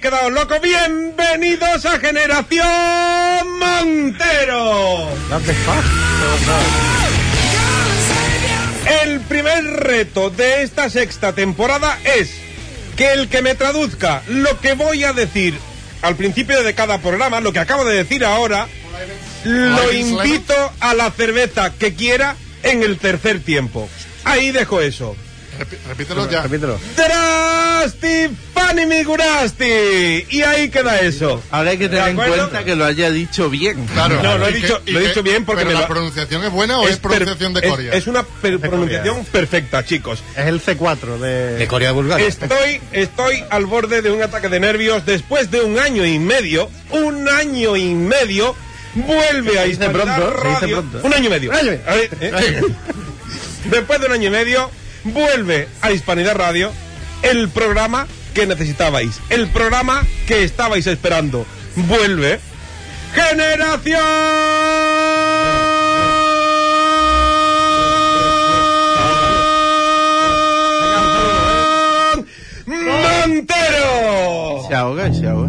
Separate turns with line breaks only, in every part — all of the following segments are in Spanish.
quedado locos. Bienvenidos a Generación Montero. El primer reto de esta sexta temporada es que el que me traduzca lo que voy a decir al principio de cada programa, lo que acabo de decir ahora, lo invito a la cerveza que quiera en el tercer tiempo. Ahí dejo eso.
Repi repítelo ya.
Repítelo.
Drasti Fanny Migurasti. Y ahí queda eso.
Ahora hay que tener en cuenta que lo haya dicho bien.
Claro.
No, lo he
Y que-
dicho,
y
lo he
que-
dicho bien porque
pero
me
la
lo-
pronunciación es buena o es,
per-
pronunciación de
es-
Coria.
Es, una per- pronunciación perfecta, chicos.
Es el C4 de...
De Corea Bulgaria.
Estoy, estoy al borde de un ataque de nervios después de un año y medio. Un año y medio. Vuelve a
Se dice
Hispanidad
pronto, se dice
Radio-
pronto.
Un año y medio.
Un año y medio.
A ver, ¿eh? Después de un año y medio, vuelve a Hispanidad Radio el programa que necesitabais, el programa que estabais esperando. Vuelve Generación ¿eh? Montero.
Se ahoga y se ahoga.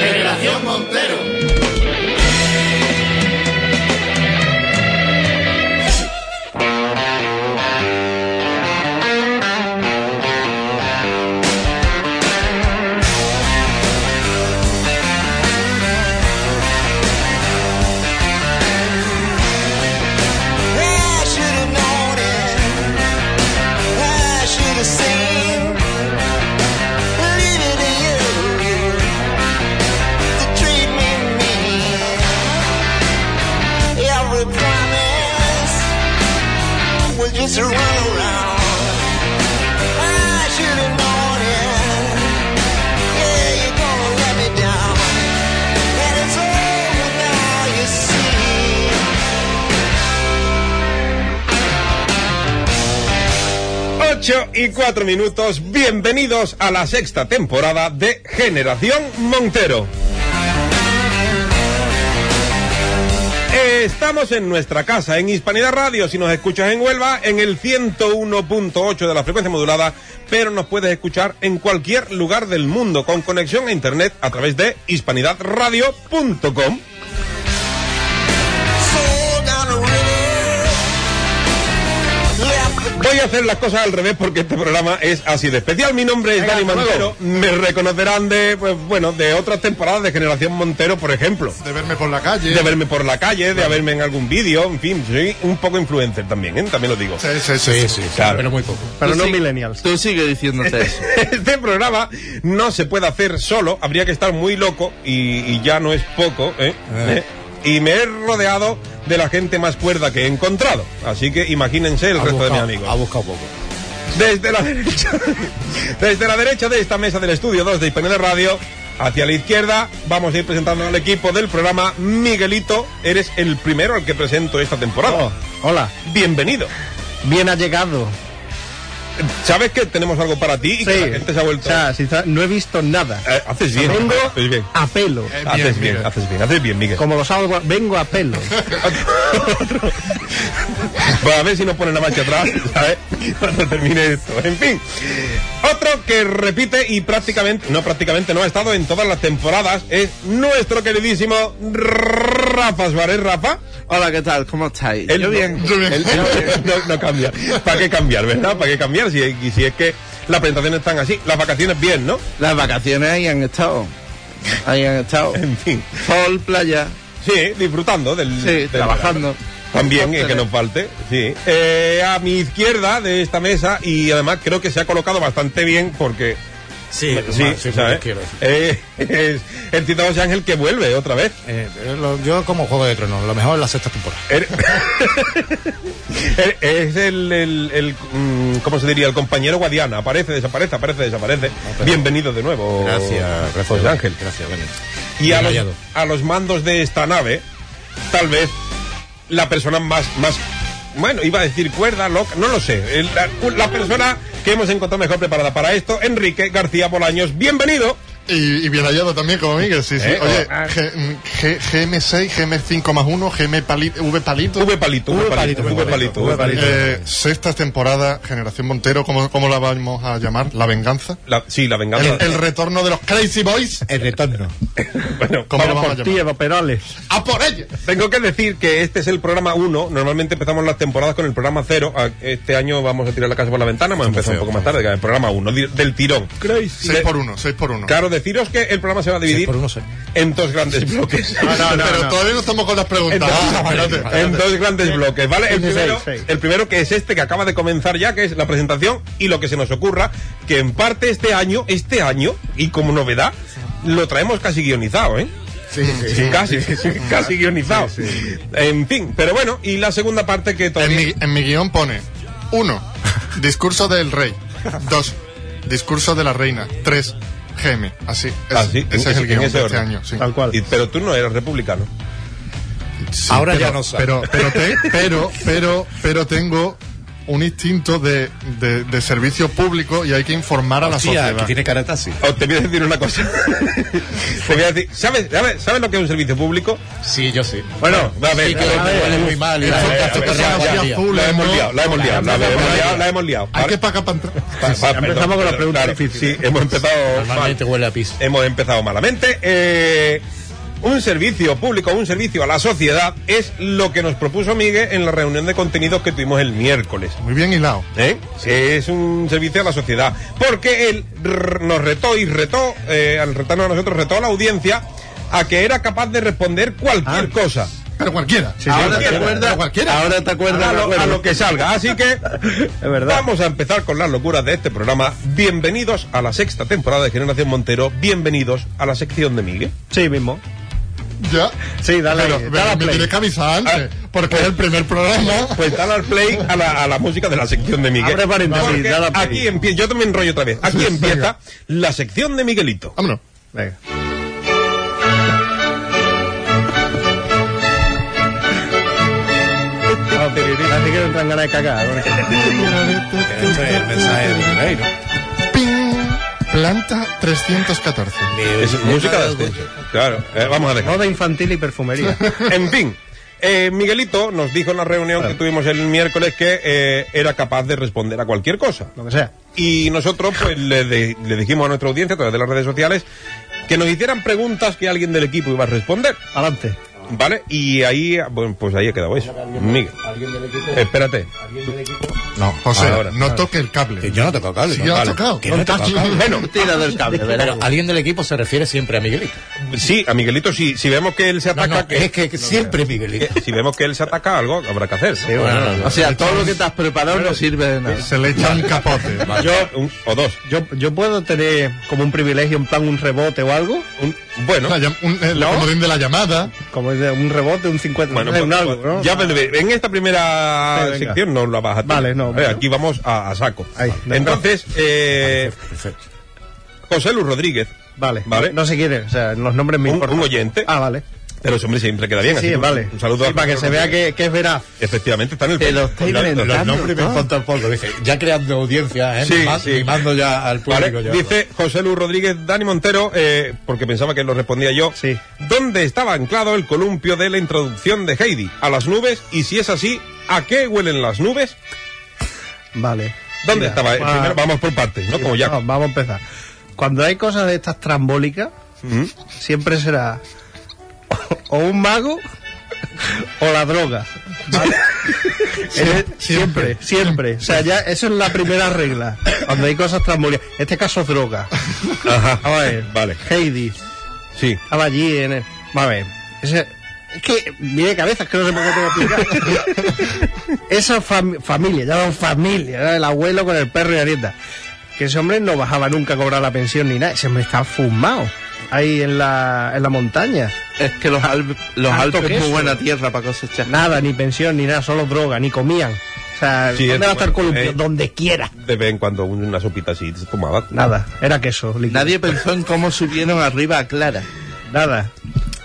Generación Montero.
I should've known it. I should've seen. Leaving to you to treat me mean. Every promise was just a runaround. I should've known it. Yeah, you're gonna let me down, and it's over now. You see.
Ocho y cuatro minutos. Bienvenidos a la sexta temporada de Generación Montero. Eh, Estamos en nuestra casa, en Hispanidad Radio, si nos escuchas en Huelva, en el 101.8 de la frecuencia modulada, pero nos puedes escuchar en cualquier lugar del mundo con conexión a Internet a través de hispanidadradio.com. Voy voy a hacer las cosas al revés porque este programa es así de especial. Mi nombre es
Venga,
Dani
hasta
Montero.
luego.
Me reconocerán de, pues bueno, de otras temporadas de Generación Montero, por ejemplo.
De verme por la calle.
De verme por la calle, de haberme en algún vídeo, en fin, soy un poco influencer también, ¿eh? también lo digo.
Sí, sí, sí. sí.
Claro.
Pero muy poco.
Tú
Pero no
sigue-
millennials.
Tú sigue diciéndote eso.
Este programa no se puede hacer solo, habría que estar muy loco y, y ya no es poco, ¿eh? ¿Eh? Y me he rodeado de la gente más cuerda que he encontrado. Así que imagínense el
Ha
resto de mis
buscado-
amigos.
Ha buscado poco.
Desde la derecha, desde la derecha de esta mesa del estudio 2 de IPN de Radio, hacia la izquierda, vamos a ir presentando al equipo del programa Miguelito. Eres el primero al que presento esta temporada.
Oh, hola,
Bienvenido.
bien ha llegado.
Sabes que tenemos algo para ti y que la gente se ha vuelto.
O sea, sincer- no he visto nada.
Eh, haces bien.
Vengo
Haces bien.
a pelo.
Eh, bien,
Haces bien,
Miguel.
haces bien, haces bien, Miguel.
Como los sábados, vengo a pelo.
Bueno, a ver si nos ponen la marcha atrás, ¿sabes? Cuando termine esto. En fin. Otro que repite y prácticamente, no prácticamente, no ha estado en todas las temporadas es nuestro queridísimo Rafa Suárez. Rafa,
Hola, ¿qué tal? ¿Cómo estáis?
él
Yo bien.
yo bien.
él- él no, no cambia. ¿Para qué cambiar, verdad? ¿Para qué cambiar? Si, y si es que las presentaciones están así, las vacaciones bien, ¿no?
Las vacaciones ahí han estado. Ahí han estado.
En fin.
Sol, playa.
Sí, disfrutando del.
Sí,
del
trabajando.
También, eh, que no falte, sí. Eh, a mi izquierda de esta mesa, y además creo que se ha colocado bastante bien porque...
Sí,
sí, ¿sabes? Eh, es el citado José Ángel que vuelve otra vez.
Eh, lo- yo como Juego de Tronos, lo mejor es la sexta temporada.
Er- Er- es el, el- el, mm, ¿cómo se diría? El compañero Guadiana. Aparece, desaparece, aparece, desaparece. Bienvenido de nuevo.
Oh,
José Ángel.
Gracias,
Y a los,
Rayado.
a los mandos de esta nave, tal vez la persona más, más bueno, iba a decir cuerda, loca, no lo sé. El- La, la persona que hemos encontrado mejor preparada para esto, Enrique García Bolaños, bienvenido.
Y, y bien hallado también como Miguel, sí, sí.
Eh,
Oye,
oh,
ah.
G- mm, G- GM6, GM5 más 1, GM palito, V palito.
V palito, V palito, V palito, V palito.
Eh, sexta temporada, Generación Montero, ¿cómo, ¿cómo la vamos a llamar? ¿La venganza?
La- sí, la
El,
venganza.
el retorno de los Crazy Boys.
El retorno.
Bueno,
¿Cómo la
Pero
vamos a
por ti,
llamar?
Eva Perales.
¡A por ella!
tengo que decir que este es el programa 1. Normalmente empezamos las temporadas con el programa 0. Este año vamos a tirar la casa por la ventana. Hemos empezado un
feo,
poco más tarde, que el programa 1 del tirón.
6 por 1, 6 por 1.
Claro, deciros que el programa se va a dividir
por uno soy.
en dos grandes bloques.
Pero todavía Ah, no estamos con las preguntas. Ah, espérate, espérate.
en dos grandes bloques, ¿vale? El
Sí, sí,
primero,
sí, sí.
el primero que es este que acaba de comenzar ya, que es la presentación y lo que se nos ocurra, que en parte este año, este año, y como novedad, lo traemos casi guionizado, ¿eh? casi, casi guionizado. En fin, pero bueno, y la segunda parte que
En
todavía...
mi, en mi guión pone 1. Discurso del rey. 2. Discurso de la reina. 3. GM. Así. Es-
Así, en
ese es
ese-
el
Ah, en
guión de
ese
este
orden.
año. sí.
Tal cual.
Y- pero tú no eres republicano.
Sí,
Ahora
pero-
ya no sabe.
Pero, pero, te- pero, pero, pero tengo un instinto de, de- de servicio público y hay que informar a la
Hostia, que
sociedad.
tiene cara de taxi.
Os Oh, te voy a decir una cosa. te voy a decir, ¿sabes, sabes, ¿Sabes lo que es un servicio público?
Sí, yo sí.
Bueno, va a ver.
Sí, que lo huele muy mal. y-
A ver, a ver,
Pero ya,
a ver,
ya,
ya.
ya.
Tú,
La hemos
¿no?
liado, la hemos liado, la hemos liado, la hemos liado.
Hay que pagar para entrar.
Pa- pa-
empezamos
perdón,
con la
perdón,
pregunta
claro, Sí,
difícil.
hemos empezado mal.
Normalmente huele a pis.
Hemos empezado malamente. Eh, un servicio público, un servicio a la sociedad es lo que nos propuso Miguel en la reunión de contenidos que tuvimos el miércoles.
Muy bien hilado.
¿eh? Es un servicio a la sociedad. Porque él rrr, nos retó y retó, eh, al retarnos a nosotros, retó a la audiencia a que era capaz de responder
Ah.
cualquier cosa.
Pero cualquiera.
Ahora te
cualquiera,
acuerdas.
cualquiera.
Ahora te acuerdas.
a
me
lo,
acuerdo.
a lo que salga. Así que
verdad.
vamos a empezar con las locuras de este programa. Bienvenidos a la sexta temporada de Generación Montero. Bienvenidos a la sección de Miguel.
Sí, mismo.
Ya.
Sí, dale,
Pero,
dale
pero
a
me
play.
tienes que avisar antes.
Ah.
Porque es el primer programa.
Pues dale al play a la, a la música de la sección de Miguel.
Abre paréntesis,
Porque
dale al play.
aquí empieza, yo también rollo otra vez. Aquí empieza la sección de Miguelito.
Vámonos.
Venga. Ah, Así que no entran ganas de cagar. bueno.
Este es el mensaje de Miguel, ¿no?
Ping. Planta 314.
Es música de ascenso. Claro, eh, vamos a dejar.
Moda infantil y perfumería.
En fin, eh, Miguelito nos dijo en la reunión que tuvimos el miércoles que eh, era capaz de responder a cualquier cosa.
Lo que sea.
Y nosotros pues le, de- le dijimos a nuestra audiencia a través de las redes sociales que nos hicieran preguntas que alguien del equipo iba a responder.
Adelante.
¿Vale? Y ahí, bueno, pues ahí ha quedado eso. Miguel, espérate.
No, José,
Ahora,
no
ahora.
toque el
Que
cable.
yo no toco cable.
Si
¿no?
ya lo has
Vale.
tocado.
Que no he tocado cable.
Bueno,
Tira del cable,
Pero
verás.
alguien del equipo se refiere siempre a Miguelito.
Sí, a Miguelito, sí, si vemos que él se
No,
ataca,
no,
que-
es que siempre Miguelito.
que- si vemos que él se ataca, algo habrá que hacer.
Bueno, no,
O sea, todo lo que te has preparado no sirve de nada.
se le echa un capote.
Yo, un- o dos.
Yo, yo puedo tener como un privilegio, en plan un rebote o algo.
Un- bueno,
Una llam- un- el comodín de la llamada.
Como es de un rebote, un 50,
bueno,
un
pues,
algo, ¿no?
ya vendré. en esta primera
Sí, venga.
sección no la vas a tener.
Vale, no,
A ver,
bueno.
Aquí vamos a, a saco.
Ahí, venga.
Entonces, eh,
perfecto.
José Luis Rodríguez,
Vale,
Vale.
No sé quién es, o sea, los nombres me
Un-
importan.
un oyente.
Ah, vale.
pero ese hombre siempre queda bien.
sí,
así que
vale.
Un saludo
Sí,
a-
para que se vea que, que es veraz.
Efectivamente, está en el.
Te lo está
Lo- lo-
inventando.
Los nombres me
Ah.
importan poco. Dije, ya creando audiencia, ¿eh?
Sí,
mimando,
sí.
mimando ya al
Vale,
público. ya.
dice José Luis Rodríguez Dani Montero, eh, porque pensaba que lo respondía yo.
Sí.
¿Dónde estaba anclado el columpio de la introducción de Heidi? ¿A las nubes? Y si es así, ¿a qué huelen las nubes?
Vale.
¿Dónde
Mira,
estaba? Eh,
ah,
Primero vamos por partes, ¿no? Como ya.
vamos- vamos a empezar. Cuando hay cosas de estas trambólicas, siempre será o un mago o la droga. ¿vale? Es- siempre, siempre. O sea, ya eso es la primera regla. Cuando hay cosas trambólicas. Este caso es droga.
Ajá.
A ver,
Vale,
Heidi,
sí.
estaba allí en el... A ver, ese- es que viene de cabeza, es que no sé por qué te voy a explicar. Esa fam- familia, llaman familia, era el abuelo con el perro y la nieta. Que ese hombre no bajaba nunca a cobrar la pensión ni nada, ese hombre está fumado ahí en la, en la montaña.
Es que los, Alpes los
Alto
Alpes es
queso.
muy buena tierra para cosechar.
Nada, ni pensión, ni nada, solo droga, ni comían. O sea,
Sí, es
¿dónde va a estar
bueno,
columpio?
eh.
Donde quiera.
De vez en cuando una sopita así se tomaba.
Nada, era queso, líquido.
Nadie pensó en cómo subieron arriba a Clara.
Nada.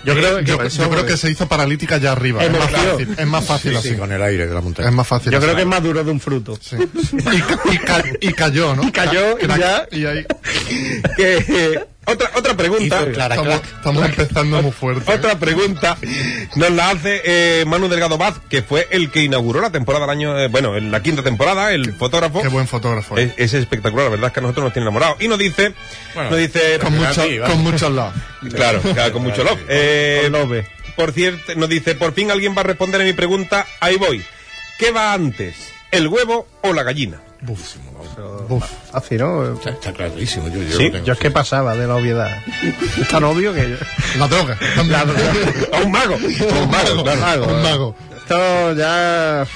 Yo creo que...
Yo, yo creo que se hizo paralítica ya arriba. ¿eh? Es más
Emoción.
fácil, es más fácil
Sí,
así.
sí, con el aire de la montaña.
Es más fácil
Yo
así.
creo que es más duro de un fruto.
Sí. Y, ca- y ca- y cayó, ¿no?
Y cayó, y ya-
Y ahí
Que, eh, otra, otra pregunta.
Hizo clara-
estamos, estamos empezando muy fuerte.
Otra pregunta nos la hace eh, Manu Delgado Vaz, que fue el que inauguró la temporada del año, eh, bueno, en la quinta temporada, el fotógrafo.
Qué buen fotógrafo. eh.
Es, es espectacular, la verdad es que a nosotros nos tiene enamorado. Y nos dice,
Bueno,
nos dice,
Con,
Pero
mucho-
a ti, vale.
con muchos lados.
claro, claro, con mucho love. Eh,
Con love.
Por cierto, nos dice, por fin alguien va a responder a mi pregunta, ahí voy. ¿Qué va antes, el huevo o la gallina?
Uf, así, ¿no?
Está, está clarísimo. Yo, yo
Sí,
lo tengo.
Yo es que pasaba de la obviedad. Es tan obvio que yo...
La droga.
La droga.
A un mago, a un mago, claro.
mago,
Un
eh.
mago.
Esto ya...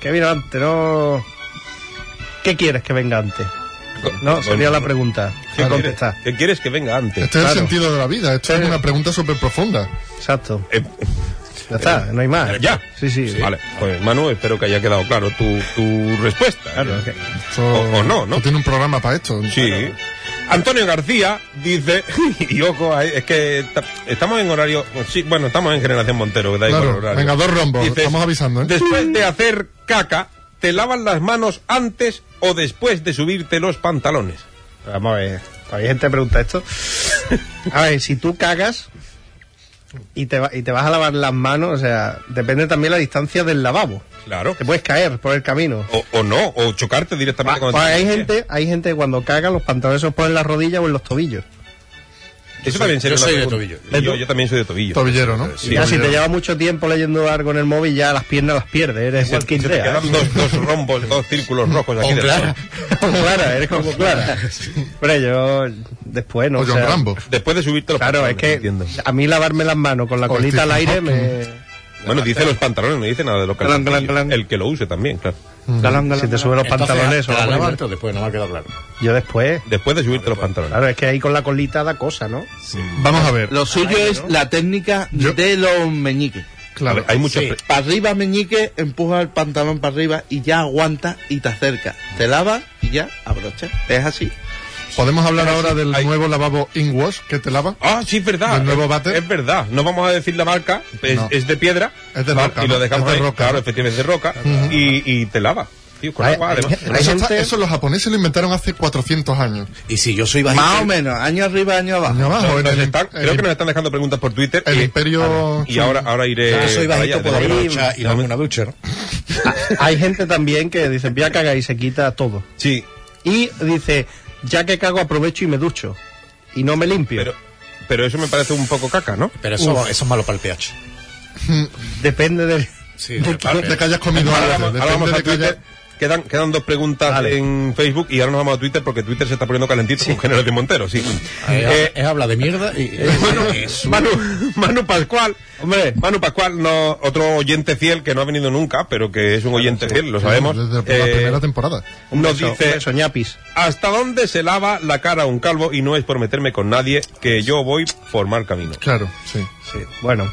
Que vino antes, ¿no? ¿Qué quieres que venga antes? No, sería la pregunta.
¿Qué
A
quieres,
contestar.
¿Qué quieres que venga antes?
Este es
Claro.
el sentido de la vida. Esto es una pregunta súper profunda.
Exacto.
Eh,
Ya está, no hay más.
Ah, ¿Ya?
Sí, sí.
Vale, pues Manu, espero que haya quedado claro tu, tu respuesta.
Claro, es que-
Esto-
O- o no, ¿no?
esto Tiene un programa para esto.
Sí. Antonio García dice, y ojo, ahí, es que ta- estamos en horario, sí, bueno, estamos en Generación Montero, que da igual
Claro,
horario.
venga, dos rombos, estamos avisando, ¿eh?
Después de hacer caca, ¿te lavas las manos antes o después de subirte los pantalones?
Vamos a ver. Hay gente que pregunta esto. A ver, si tú cagas y te, va- y te vas a lavar las manos, o sea, depende también la distancia del lavabo.
Claro.
Te puedes caer por el camino.
O, o no, o chocarte directamente
Pa-
con
pa- Ah, pues hay gente, hay gente que cuando caga los pantalones se los pone en las rodillas o en los tobillos.
Eso también sería
Yo
una
soy de
pregunta.
tobillo.
Yo, yo también soy de tobillo.
Tobillero, ¿no?
Sí,
ya si
Tobillero.
te lleva mucho tiempo leyendo algo en el móvil, ya las piernas las pierdes,
Se,
eres igual que
se te
Indrea, ¿eh?
quedan dos, dos rombos, dos círculos rojos aquí.
O
del
clara.
todo.
Como Clara, eres como Clara. Pero yo después, ¿no?
O
O
John
sea,
Rambo.
Después de subirte los
Claro, es
pantalones.
que
entiendo.
a mí lavarme las manos con la
O
colita al aire
Stephen
me...
Bueno, dice los pantalones, no dice nada de los
Clan, clan,
calzoncillos.
clan.
El que lo use también, claro.
Mm. Si te suben los
Entonces,
pantalones
¿te la
o algo
lavas
así.
antes o después? No me ha quedado claro.
Yo después...
Después de subirte los pantalones.
Claro, es que ahí con la colita da cosa, ¿no?
Vamos a ver.
Lo suyo es la técnica
Yo-
de los meñiques.
Claro.
Hay muchas.
Sí.
pre-
Para Eh, arriba, meñique, empuja el pantalón para arriba y ya aguanta y te acerca. Te lavas y ya abrocha. Es así.
Podemos hablar ahora del
hay-
nuevo lavabo InWash que te lava.
Ah, sí, es verdad.
¿Del nuevo váter?
Es verdad. No vamos a decir la marca. Es,
No.
es de piedra.
Es de
¿vale?
roca,
Y
¿no?
lo dejamos
Es de
ahí.
roca.
Claro, efectivamente es de roca. y, y te lava. Tío, con
Hay-
agua, además.
hay- hay
Eso,
gente-
está- eso los japoneses lo inventaron hace 400 años.
Y si yo soy bajito.
Más o menos, año arriba, año abajo.
Año abajo,
Nos-
en
nos
el,
están-
el-
creo que nos están dejando preguntas por Twitter.
el
y,
imperio...
y ahora, ahora iré.
Yo soy
para allá,
bajito, puedo
tengo-
abrir una ducha y darme una ducha, ¿no?
Ah, Hay gente también que dice, voy a cagar y se quita todo.
Sí,
Y dice, ya que cago aprovecho y me ducho. Y no me limpio.
pero, pero eso me parece un poco caca, ¿no?
Pero eso, eso es malo para el pH. Eh,
Depende del...
Sí,
De que- de que hayas comido
Ahora
algo.
vamos, ahora vamos
Depende
a
de que hayas...
Twitter. Quedan, quedan dos preguntas
Vale.
en Facebook y ahora nos vamos a Twitter porque Twitter se está poniendo calentito con General de Montero, sí. Eh,
habla de mierda y... eh,
Manu, Manu, Manu Pascual.
Hombre.
Manu Pascual, no, otro oyente fiel que no ha venido nunca, pero que es un oyente fiel, lo sabemos.
Desde la
Eh,
primera temporada.
nos
Eso,
dice,
eso, ñapis.
¿hasta dónde se lava la cara un calvo? Y no es por meterme con nadie, que yo voy por mal camino.
Claro, sí.
Sí, bueno.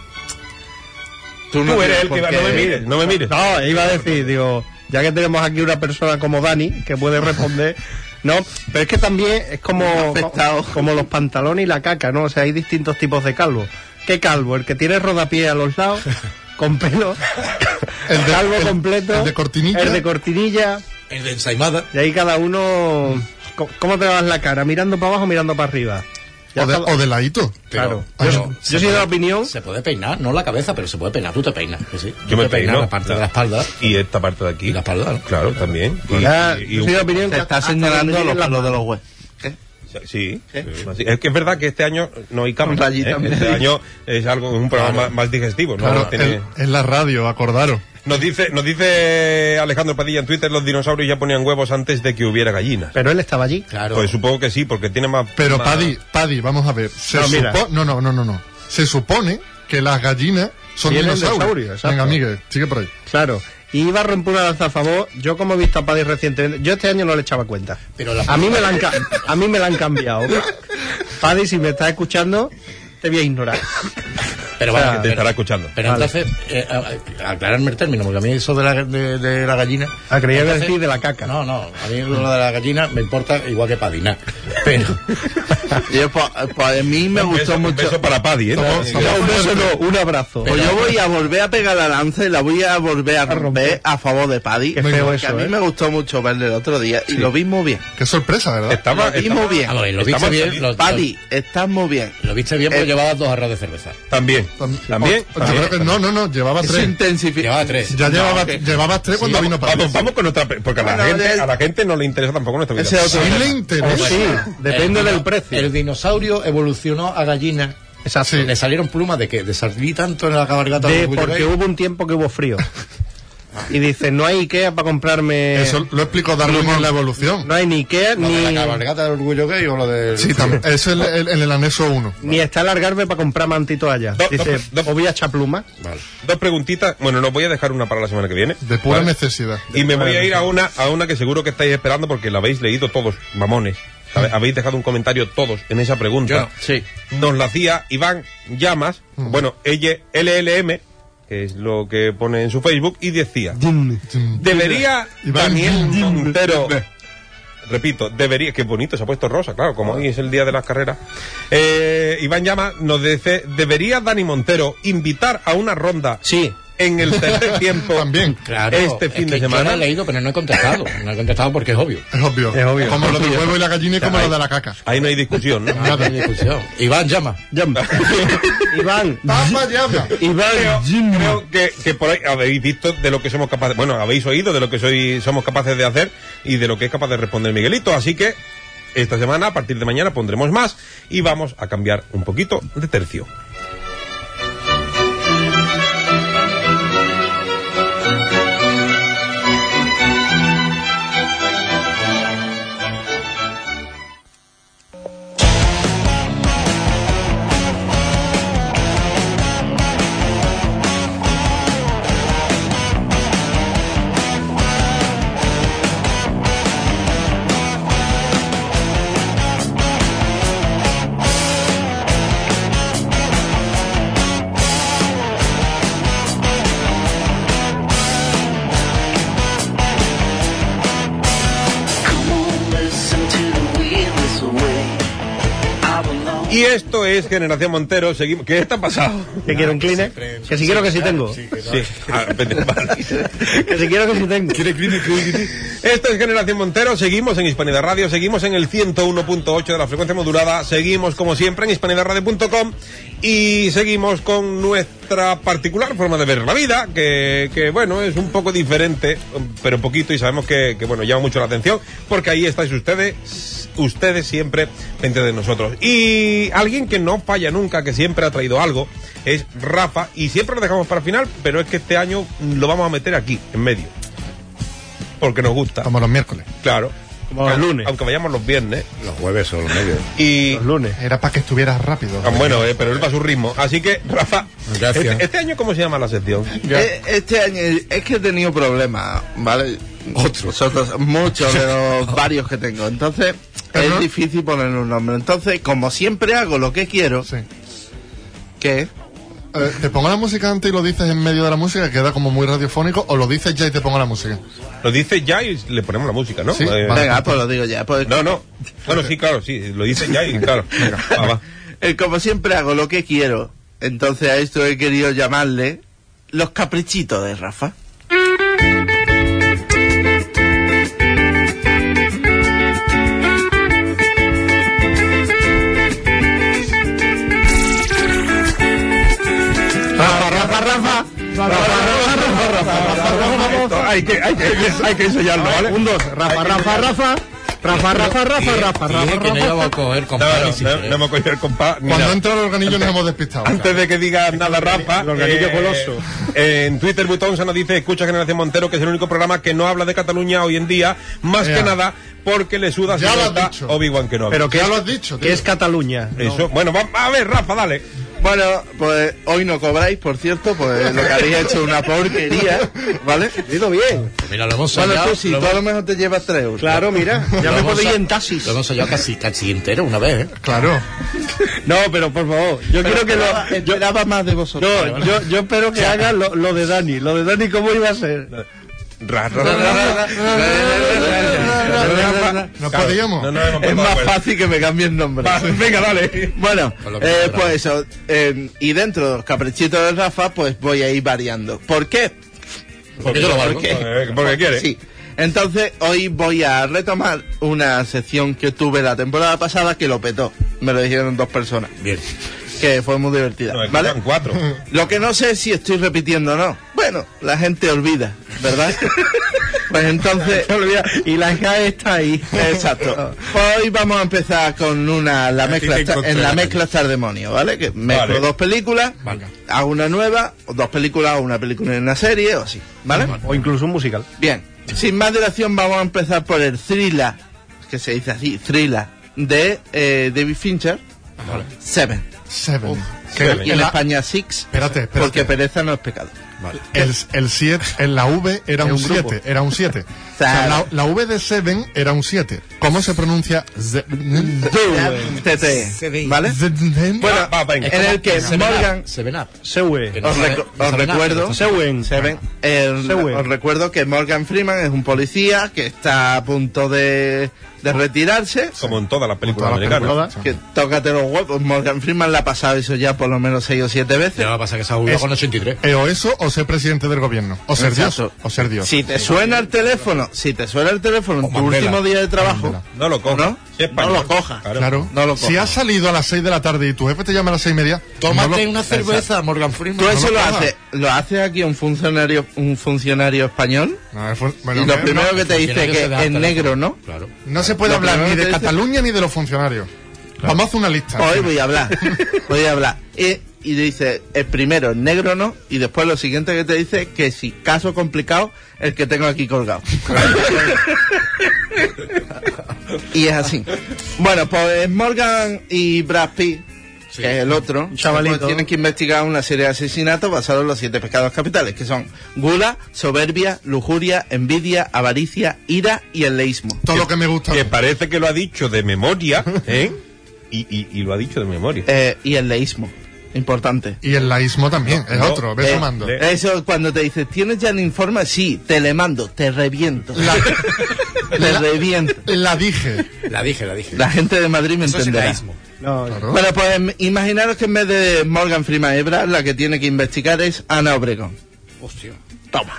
Tú eres el que va-
porque-
no me mires, no me mires.
No, iba a decir, digo, ya que tenemos aquí una persona como Dani que puede responder, no, pero es que también es como,
Afectado.
como los pantalones y la caca, ¿no? O sea, hay distintos tipos de calvo. ¿Qué calvo? El que tiene rodapié a los lados, con pelo,
El de-
calvo
el-
completo,
el de cortinilla.
el de cortinilla,
El de ensaimada.
y ahí cada uno, co- ¿cómo te vas la cara? ¿Mirando para abajo o mirando para arriba? Ya
O de,
está-
o de ladito. Ah,
claro.
Pero-
yo
pero-
yo soy de la opinión
Se puede peinar, no la cabeza, pero se puede peinar. Tú te peinas, que sí.
Yo me
Te peinas
peino.
La parte de la espalda.
Y esta parte de aquí.
Y la espalda, ¿no?
Claro, también. Y-
Ya,
y- y
Ah, yo
un-
soy de opinión
Te
que
está
hasta
señalando
donde
los
lleguen las
pelos de los huevos.
Sí, sí, es que es verdad que este año no hay
Un
cámara.
rayito
¿eh?
en
Este
medio.
año es algo un programa más, más digestivo. ¿no?
Claro,
No tiene-
el- es la radio, acordaros.
Nos dice, nos dice Alejandro Padilla en Twitter, los dinosaurios ya ponían huevos antes de que hubiera gallinas.
Pero él estaba allí.
Claro.
Pues supongo que sí, porque tiene más...
Pero
más-
Paddy, Paddy, vamos a ver. Se
No, mira.
supo- No, no, no, no, no. Se supone que las gallinas son
Tienen
dinosaurios.
dinosaurio, exacto.
Venga, Miguel, sigue por ahí.
Claro. Y iba a romper una lanza a favor. Yo, como he visto a Paddy recientemente, yo este año no le echaba cuenta.
Pero la-
A, mí me la han, ca- a mí me la han cambiado. Paddy, si me estás escuchando, te voy a ignorar.
Pero
O sea,
vamos,
Te
que
estará escuchando.
Pero entonces, eh, a- a- aclararme el término, porque a mí eso de la, de, de la gallina...
Ah, creía que iba a
Entonces-
decir de la caca.
No, no, a mí lo de la gallina me importa igual que Padina. Pero,
Yo, pues, pues a mí me
Un
gustó
beso- un
mucho.
beso para Paddy, ¿eh?
Somos- somos-
Un beso no, un abrazo.
Pues yo voy a volver a pegar la lanza y la voy a volver a romper a favor de Paddy.
Qué feo
porque
eso,
a mí
¿eh?
me gustó mucho verle el otro día y lo vi muy bien.
Qué sorpresa, ¿verdad?
Estaba,
Lo vi
estaba-
muy bien.
a ver, lo viste
Estamos
bien...
saliendo.
Lo,
Paddy, estás muy bien.
lo- lo viste bien porque
Eh,
llevabas dos arras de cerveza.
También.
Tam-
También.
o- Pues, oh, yo creo que no, no, no, llevaba
Eso
tres.
intensifica.
Llevaba tres.
Ya llevaba, llevaba tres cuando vino Paddy.
Vamos, vamos con otra... pre- Porque a la,
Bueno,
gente,
ya-
a la gente no le interesa tampoco nuestra vida.
Ese otro.
Sí le interesa.
Sí, depende
El
del
dino-
precio.
El dinosaurio evolucionó a gallina.
Exacto.
Le salieron plumas de que de sardí tanto en la cabalgata
De-
del Orgullo
porque
Gay.
hubo un tiempo que hubo frío. Y dice, no hay Ikea para comprarme...
Eso lo explicó Darwin en la evolución.
No hay ni Ikea
Lo de la
ni...
cabalgata del orgullo gay o lo del
Sí, tam- eso es el, el- en el anexo 1.
Ni está alargarme para comprar mantito allá.
Do-
Dice,
do- do-
o voy a echar pluma.
Vale.
Dos preguntitas. Bueno, nos voy a dejar una para la semana que viene.
De pura
¿vale?
necesidad.
Y me voy a ir a una, a una que seguro que estáis esperando porque la habéis leído todos, mamones. Habe- Habéis dejado un comentario todos en esa pregunta.
Sí.
Nos la hacía Iván Llamas, bueno, ella LLM, que es lo que pone en su Facebook, y decía, debería
Iván
Daniel
Dim-
Montero... Repito, debería, qué bonito se ha puesto rosa, claro, como hoy es el día de las carreras. Eh, Iván Llamas nos dice, debería Dani Montero invitar a una ronda
Sí.
en el tercer tiempo
También.
Claro.
este fin
es
de
que Yo
semana.
lo he leído, pero no he contestado. No he contestado porque es obvio.
Es obvio.
Es obvio.
Como lo del huevo y la gallina y como lo de la caca.
Ahí no hay discusión, ¿no?
No hay discusión. Iván llama.
Iván,
Tapa llama.
Creo,
Iván,
creo que, que por ahí habéis visto de lo que somos capaces, bueno, habéis oído de lo que soy, somos capaces de hacer y de lo que es capaz de responder Miguelito. Así que esta semana, a partir de mañana, pondremos más y vamos a cambiar un poquito de tercio.
Come on, listen to the wind this way. I belong.
Y esto es Generación Montero. Seguimos. ¿Qué está pasado?
que quiero un Kleenex. Que si quiero que sí tengo.
Sí. Ah, vete, vale.
Que si quiero que sí tengo.
Esto es Generación Montero, seguimos en Hispanidad Radio, seguimos en el 101.8 de la frecuencia modulada, seguimos como siempre en hispanidadradio.com y seguimos con nuestro... nuestra particular forma de ver la vida, que, que, bueno, es un poco diferente, pero poquito, y sabemos que, que, bueno, llama mucho la atención, porque ahí estáis ustedes, ustedes siempre frente de nosotros. Y alguien que no falla nunca, que siempre ha traído algo, es Rafa, y siempre lo dejamos para el final, pero es que este año lo vamos a meter aquí, en medio. Porque nos gusta,
Como los miércoles.
claro.
Como los
Aunque-
lunes.
Aunque vayamos los viernes.
Los jueves son los medios.
Y,
Los lunes.
Era para que estuvieras rápido.
Ah, Bueno, eh, pero él va a su ritmo. Así que, Rafa,
Gracias.
Este, este año cómo se llama la sección?
Eh, Este año es que he tenido problemas, ¿vale? Otros. muchos de los varios que tengo. Entonces,
Pero no-
es difícil ponerle un nombre. Entonces, como siempre hago lo que quiero,
Sí.
que es
Eh, te pongo la música antes y lo dices en medio de la música, queda como muy radiofónico, o lo dices ya y te pongo la música.
Lo dice ya y le ponemos la música, ¿no?
Sí,
Eh,
vale.
Venga, pues lo digo ya. pues-
No, no. Bueno, sí, claro, sí. Lo dice ya y claro. Venga, va, va.
Eh, como siempre hago lo que quiero. Entonces a esto he querido llamarle los caprichitos de Rafa. Rafa, Rafa, Rafa.
Hay que, hay que, hay que enseñarlo, ¿vale? Un, dos. Rafa, Rafa, Rafa.
Rafa, Rafa, Rafa, Rafa, Rafa. que no íbamos a coger
No,
compadre,
no,
si
no,
querés.
no hemos cogido el compás. ni
Cuando
nada.
entra el organillo nos hemos despistado.
Antes de que digas nada, Rafa.
el organillo goloso.
Eh, en Twitter, Butón se nos dice: Escucha Generación Montero, que es el único programa que no habla de Cataluña hoy en día, más
Ya.
que nada porque le suda
Ya
si
lo has
vota
dicho.
Obi-Wan Kenobi.
Pero que
Ya lo has dicho,
que
tío.
es Cataluña.
Eso. Bueno, va- a ver, Rafa, dale.
Bueno, pues hoy no cobráis, por cierto, pues lo que habéis hecho es una porquería, ¿vale?
Digo bien.
Mira, lo hemos
Bueno,
soñado.
tú sí,
lo
tú a lo mejor te llevas tres euros.
Claro, mira. Ya
lo
me
hemos
podéis
so-
en taxis.
Lo hemos soñado casi, casi entero una vez, ¿eh?
Claro.
No, pero por favor. Yo quiero que
Esperaba-
lo. yo-
esperaba más de vosotros.
No, yo, yo espero que hagas lo, lo de Dani. Lo de Dani, ¿cómo iba a ser?
Ra, ra, ra, ra, ra.
No
Claro,
podíamos.
no nos hemos puesto de
Es más
acuerdo.
fácil que me cambie el nombre.
Va, Venga, dale.
Bueno,
Con lo que
eh,
quieras.
pues eso. eh, y dentro de los caprichitos de Rafa, pues voy a ir variando. ¿Por qué?
Porque yo lo valgo.
Porque-
Eh, Porque quiere.
Sí. Entonces, hoy voy a retomar una sección que tuve la temporada pasada que lo petó. Me lo dijeron dos personas,
Bien.
que fue muy divertida.
No,
¿Vale?
quedan cuatro.
Lo que no sé es si estoy repitiendo o no. Bueno, la gente olvida, ¿verdad? pues entonces.
Y la hija está ahí.
Exacto. Pues hoy vamos a empezar con una la mezcla
te
está-
encontré
en la
la
mezcla está el demonio, ¿vale? Que mezclo
Vale.
dos películas,
Venga.
hago una nueva, o dos películas, hago una película y una serie, o así, ¿vale?
O incluso un musical.
Bien. Sin más dilación vamos a empezar por el thriller, que se dice así, thriller, de eh, David Fincher, Seven.
Seven. Que
Seven.
Y en
la-
España Six,
Espérate,
porque
espérate.
pereza no es pecado.
Vale.
El, el siete- en la V era
Es
un
un grupo.
7, era un 7. O sea, la,
Claro.
la V de Seven era un 7. ¿Cómo se pronuncia? ze- eh,
TT, ¿vale?
Seven?
Bueno,
Va, va, venga.
en el que
Seven Up,
Morgan...
Seven Up.
Sewe.
Os, recu- os
Seven Up,
recuerdo...
Sewen.
Seven. El-
Seven.
os recuerdo que Morgan Freeman es un policía que está a punto de, de retirarse.
Como en todas las películas
Todas las
americanas.
películas.
Que tócate los huevos. Morgan Freeman la ha pasado eso ya por lo menos seis o siete veces.
Ya va a pasar que se ha jugado
Es-
con 83.
Eh, o eso, o ser presidente del gobierno. O ser
Exacto.
Dios. O ser Dios.
Si te suena el teléfono, si te suena el teléfono
O
en tu
Mandela.
último día de trabajo,
Mandela.
No lo coja.
¿No?
Si es español.
No lo coja.
Claro.
No lo cojo.
si has salido a las 6 de la tarde y tu jefe te llama a las 6 y media,
Tómate
no lo-
una cerveza, Morgan Freeman.
tú eso
lo
lo
hagas.
haces, lo haces aquí un funcionario, un funcionario español.
No, es fu- bueno,
Y
no,
lo primero que te dice
Tiene
que
ser de
en
alta,
negro, ¿no?
Claro.
no se puede
lo
hablar
primero
ni
que
de
te dice-
Cataluña ni de los funcionarios. Vamos a hacer una lista.
Hoy voy a hablar, voy a hablar. Y, y dice, el primero en negro no, y después lo siguiente que te dice que si caso complicado, el que tengo aquí colgado. y es así. Bueno, pues Morgan y Brad Pitt, que es el otro,
chavalito.
pues tienen que investigar una serie de asesinatos basados en los siete pecados capitales, que son gula, soberbia, lujuria, envidia, avaricia, ira y el leísmo.
Todo lo que me gusta.
Que parece que lo ha dicho de memoria, ¿eh? Y, y, y lo ha dicho de memoria.
Eh, y el leísmo, importante.
Y el laísmo también, es
no,
otro, ve
Eh,
sumando.
eh.
Eso cuando te dices, ¿tienes ya el informe? Sí, te le mando, te reviento. te
la-
reviento.
La dije.
La dije, la dije.
La gente de Madrid me
Eso es
entenderá.
enaísmo.
No,
Claro.
Bueno, pues em, imaginaros que en vez de Morgan Freeman Ebra, la que tiene que investigar es Ana Obregón.
Hostia.
Toma.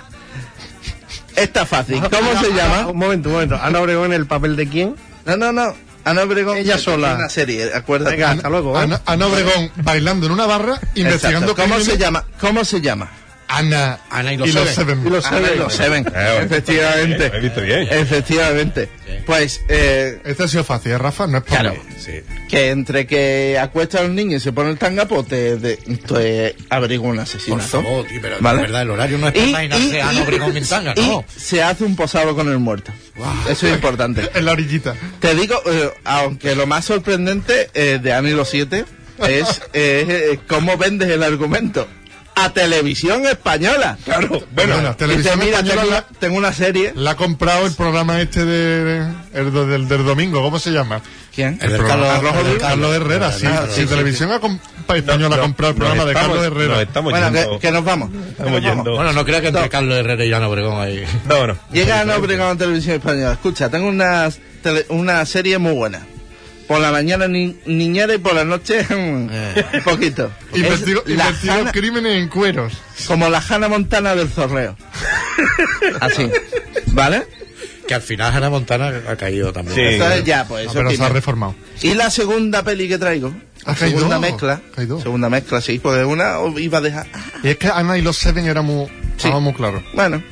Está fácil. ¿Cómo se
Ah,
llama?
Un momento, un momento. Ana Obregón, ¿el papel de quién?
No, no, no. Ana Obregón
Ella
que
sola.
tiene una serie, acuérdate.
Venga, hasta luego. ¿eh?
Ana, Ana Obregón bailando en una barra, investigando
Exacto. ¿Cómo se
crímenes.
llama? ¿Cómo se llama? Ah,
Ana,
Ana y los
Seven.
Y los
Ana y
Seven.
los Seven.
Eh,
Efectivamente.
lo he visto bien.
Efectivamente. Pues, eh,
Este ha sido fácil, ¿eh, Rafa, no es por
Claro.
mí.
Sí.
que entre que acuesta a los niños y se pone el tanga, pues te, de- pues, te averigua un
Por
asesinato.
favor, tío, pero
¿Vale?
de verdad, el horario no es
Y-
para imaginarse a
y-
Ana Obregón en tanga,
y
no.
se hace un posado con el muerto. Eso es importante.
En la orillita.
Te digo, eh, aunque lo más sorprendente eh, de Ani los 7 es eh, eh, cómo vendes el argumento. A televisión española, claro.
Bueno,
Y te,
televisión
mira,
española
tengo,
la-
una, tengo una serie.
La ha comprado el programa este de, el do- del, del domingo, ¿cómo se llama?
¿Quién?
El de
programa-
Carlos-
el de
el
Carlos
de Carlos
Herrera,
Herrera,
sí.
ah,
sí,
sí, sí,
televisión ha com- pa- española ha comprado el
nos
programa de
estamos-
Carlos
nos
Herrera.
estamos
Bueno, que,
yendo.
que nos vamos.
estamos yendo.
Bueno, no creas que entre Carlos Herrera y Ana Obregón ahí.
No, no.
Llega Ana Obregón a Televisión Española. Escucha, tengo una, tele- una serie muy buena. Por la mañana ni- niñera y por la noche un
Eh.
poquito. Es
Investigo,
la
investigo
Hannah-
crímenes en cueros.
como la Jana Montana del Zorreo. Así. ¿Vale?
Que al final Ana Montana ha caído también.
Sí.
Entonces ya, pues
No,
eso
Eh, ah, pero se ha
primero.
reformado.
Y la segunda peli que traigo,
Ah, que hay
segunda
dos,
mezcla,
que hay dos.
segunda mezcla, sí, porque una os iba a dejar. ah,
Y es que Ana y los Seven era muy, estaba muy claro.
Bueno,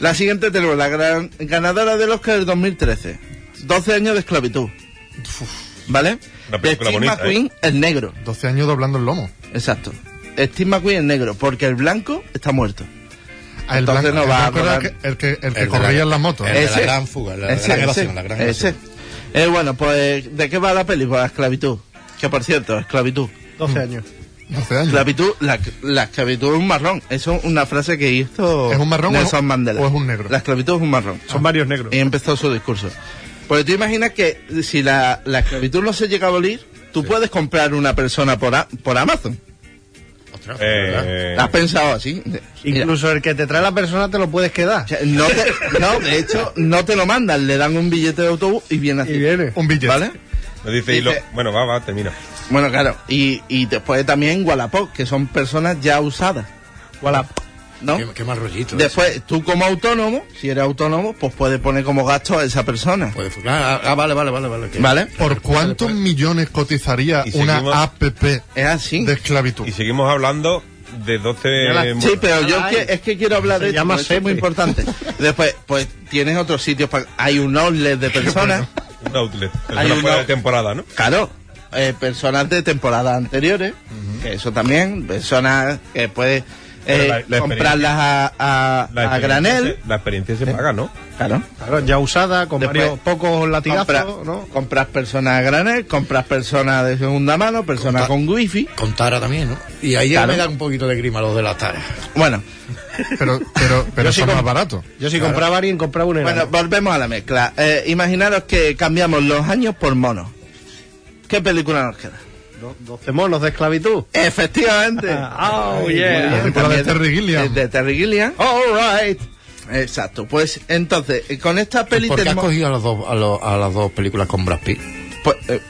la siguiente tenemos la gran ganadora del Oscar del 2013, 12 años de esclavitud, ¿vale?
Una
De
película
Steve
bonita, ¿eh?
McQueen, el negro,
12 años doblando el lomo.
exacto. Steve McQueen, el negro, porque el blanco está muerto.
Ah, El
Entonces
blanco,
no
el
va a
blanco era el
volar.
que, el que, el que
El de
corría
la-
en la moto. ¿eh?
el- de la gran fuga, la- la gran evasión, la gran
ese.
evasión.
Eh, bueno, pues, ¿de qué va la película? La esclavitud. Que por cierto, esclavitud.
12 años.
12 años.
Esclavitud, la, la esclavitud es un marrón. Eso es una frase que hizo
¿Es un marrón
Nelson
o es-
Mandela.
o es un negro?
La esclavitud es un marrón.
Son varios negros.
Y empezó su discurso. Pues tú imaginas que si la, la esclavitud no se llega a abolir, tú puedes comprar una persona por, a- por Amazon.
Ostras, pues, ¿verdad?
Eh,
¿Has pensado así? Mira,
Incluso el que te trae la persona te lo puedes quedar.
o sea, no, te- no, de hecho, no te lo mandan. Le dan un billete de autobús y viene así.
Y viene.
Un billete.
¿Vale?
nos dice, y lo-
dice-
bueno, va, va, termina.
Bueno, claro. Y, y después también Wallapop, que son personas ya usadas.
Voilà.
¿No?
Qué, qué mal rollito. ¿eh? ese.
Después, tú como autónomo, si eres autónomo, pues puedes poner como gasto a esa persona.
Puede fu- ah, ah, vale, vale, vale. vale que-
¿Vale?
¿Por cuántos millones cotizaría
Y
una
seguimos-
app de
Es así.
esclavitud?
Y seguimos hablando de 12...
Ya la-
mu-
Sí, pero yo
Ay.
que- es que quiero hablar
Se
de esto,
llama
porque eso es muy
Sepi.
importante. Después, pues tienes otros sitios para... Hay un outlet de personas,
Un outlet. El
Hay
que no
un
fuera de
out-
temporada, ¿no?
claro, eh, personas de temporadas anteriores, que eso también, personas que puedes
Pero
eh,
la- la
comprarlas a, a-
La
a
experiencia
granel, Eh.
se- la experiencia se paga, ¿no?
claro.
Claro, ya usada, con
Después,
varios pocos
Compra-
latigazos, ¿no?
Compras personas a granel, compras personas de segunda mano, personas
Compra-
con wifi.
Con Tara también, ¿no? Y ahí ya
Claro.
me da un poquito de grima los de las Tara.
Bueno,
Pero, pero, pero
sí
son
com-
más baratos.
Yo si compraba a alguien, compraba un
bueno,
enano.
volvemos a la mezcla. Eh, imaginaros que cambiamos los años por monos. ¿Qué película nos queda?
Do- 12 monos de esclavitud.
Efectivamente.
Oh,
Muy bien,
yeah.
Película de
también
Terry Gilliam.
eh, De Terry Gilliam.
All right.
Exacto. Pues entonces, eh, con esta peli
¿Por qué has
tenemos-
cogido a, los dos, a, los- a las dos películas con Brad Pitt?
pues, eh,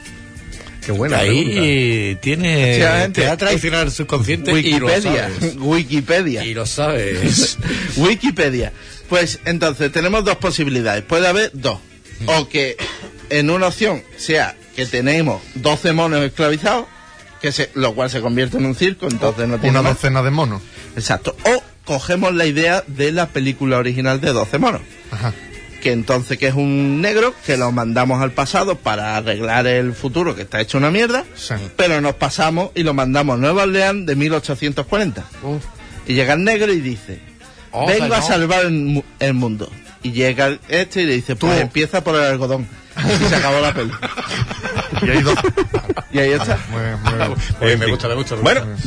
Qué buena Ahí
pregunta.
tiene...
Efectivamente.
Te ha traicionado el subconsciente
Wikipedia.
y lo sabes.
Wikipedia.
Y lo sabes.
Wikipedia. Pues entonces, tenemos dos posibilidades. Puede haber dos. O que en una opción sea que tenemos 12 monos esclavizados, que se, lo cual se convierte en un circo, entonces no tiene
Una
más.
docena de monos.
Exacto. O cogemos la idea de la película original de 12 monos.
Ajá.
que entonces que es un negro que lo mandamos al pasado para arreglar el futuro que está hecho una mierda
Sí.
pero nos pasamos y lo mandamos a Nueva Orleans de 1840
Uf.
y llega el negro y dice
Oh,
vengo a
no.
salvar el, mu- el mundo y llega el- este y le dice pues empieza por el algodón y se acabó la peli
Y hay dos.
y ahí está
Muy bien, muy bien.
Oye, me
En fin.
gusta, me gusta. me gusta.
Bueno,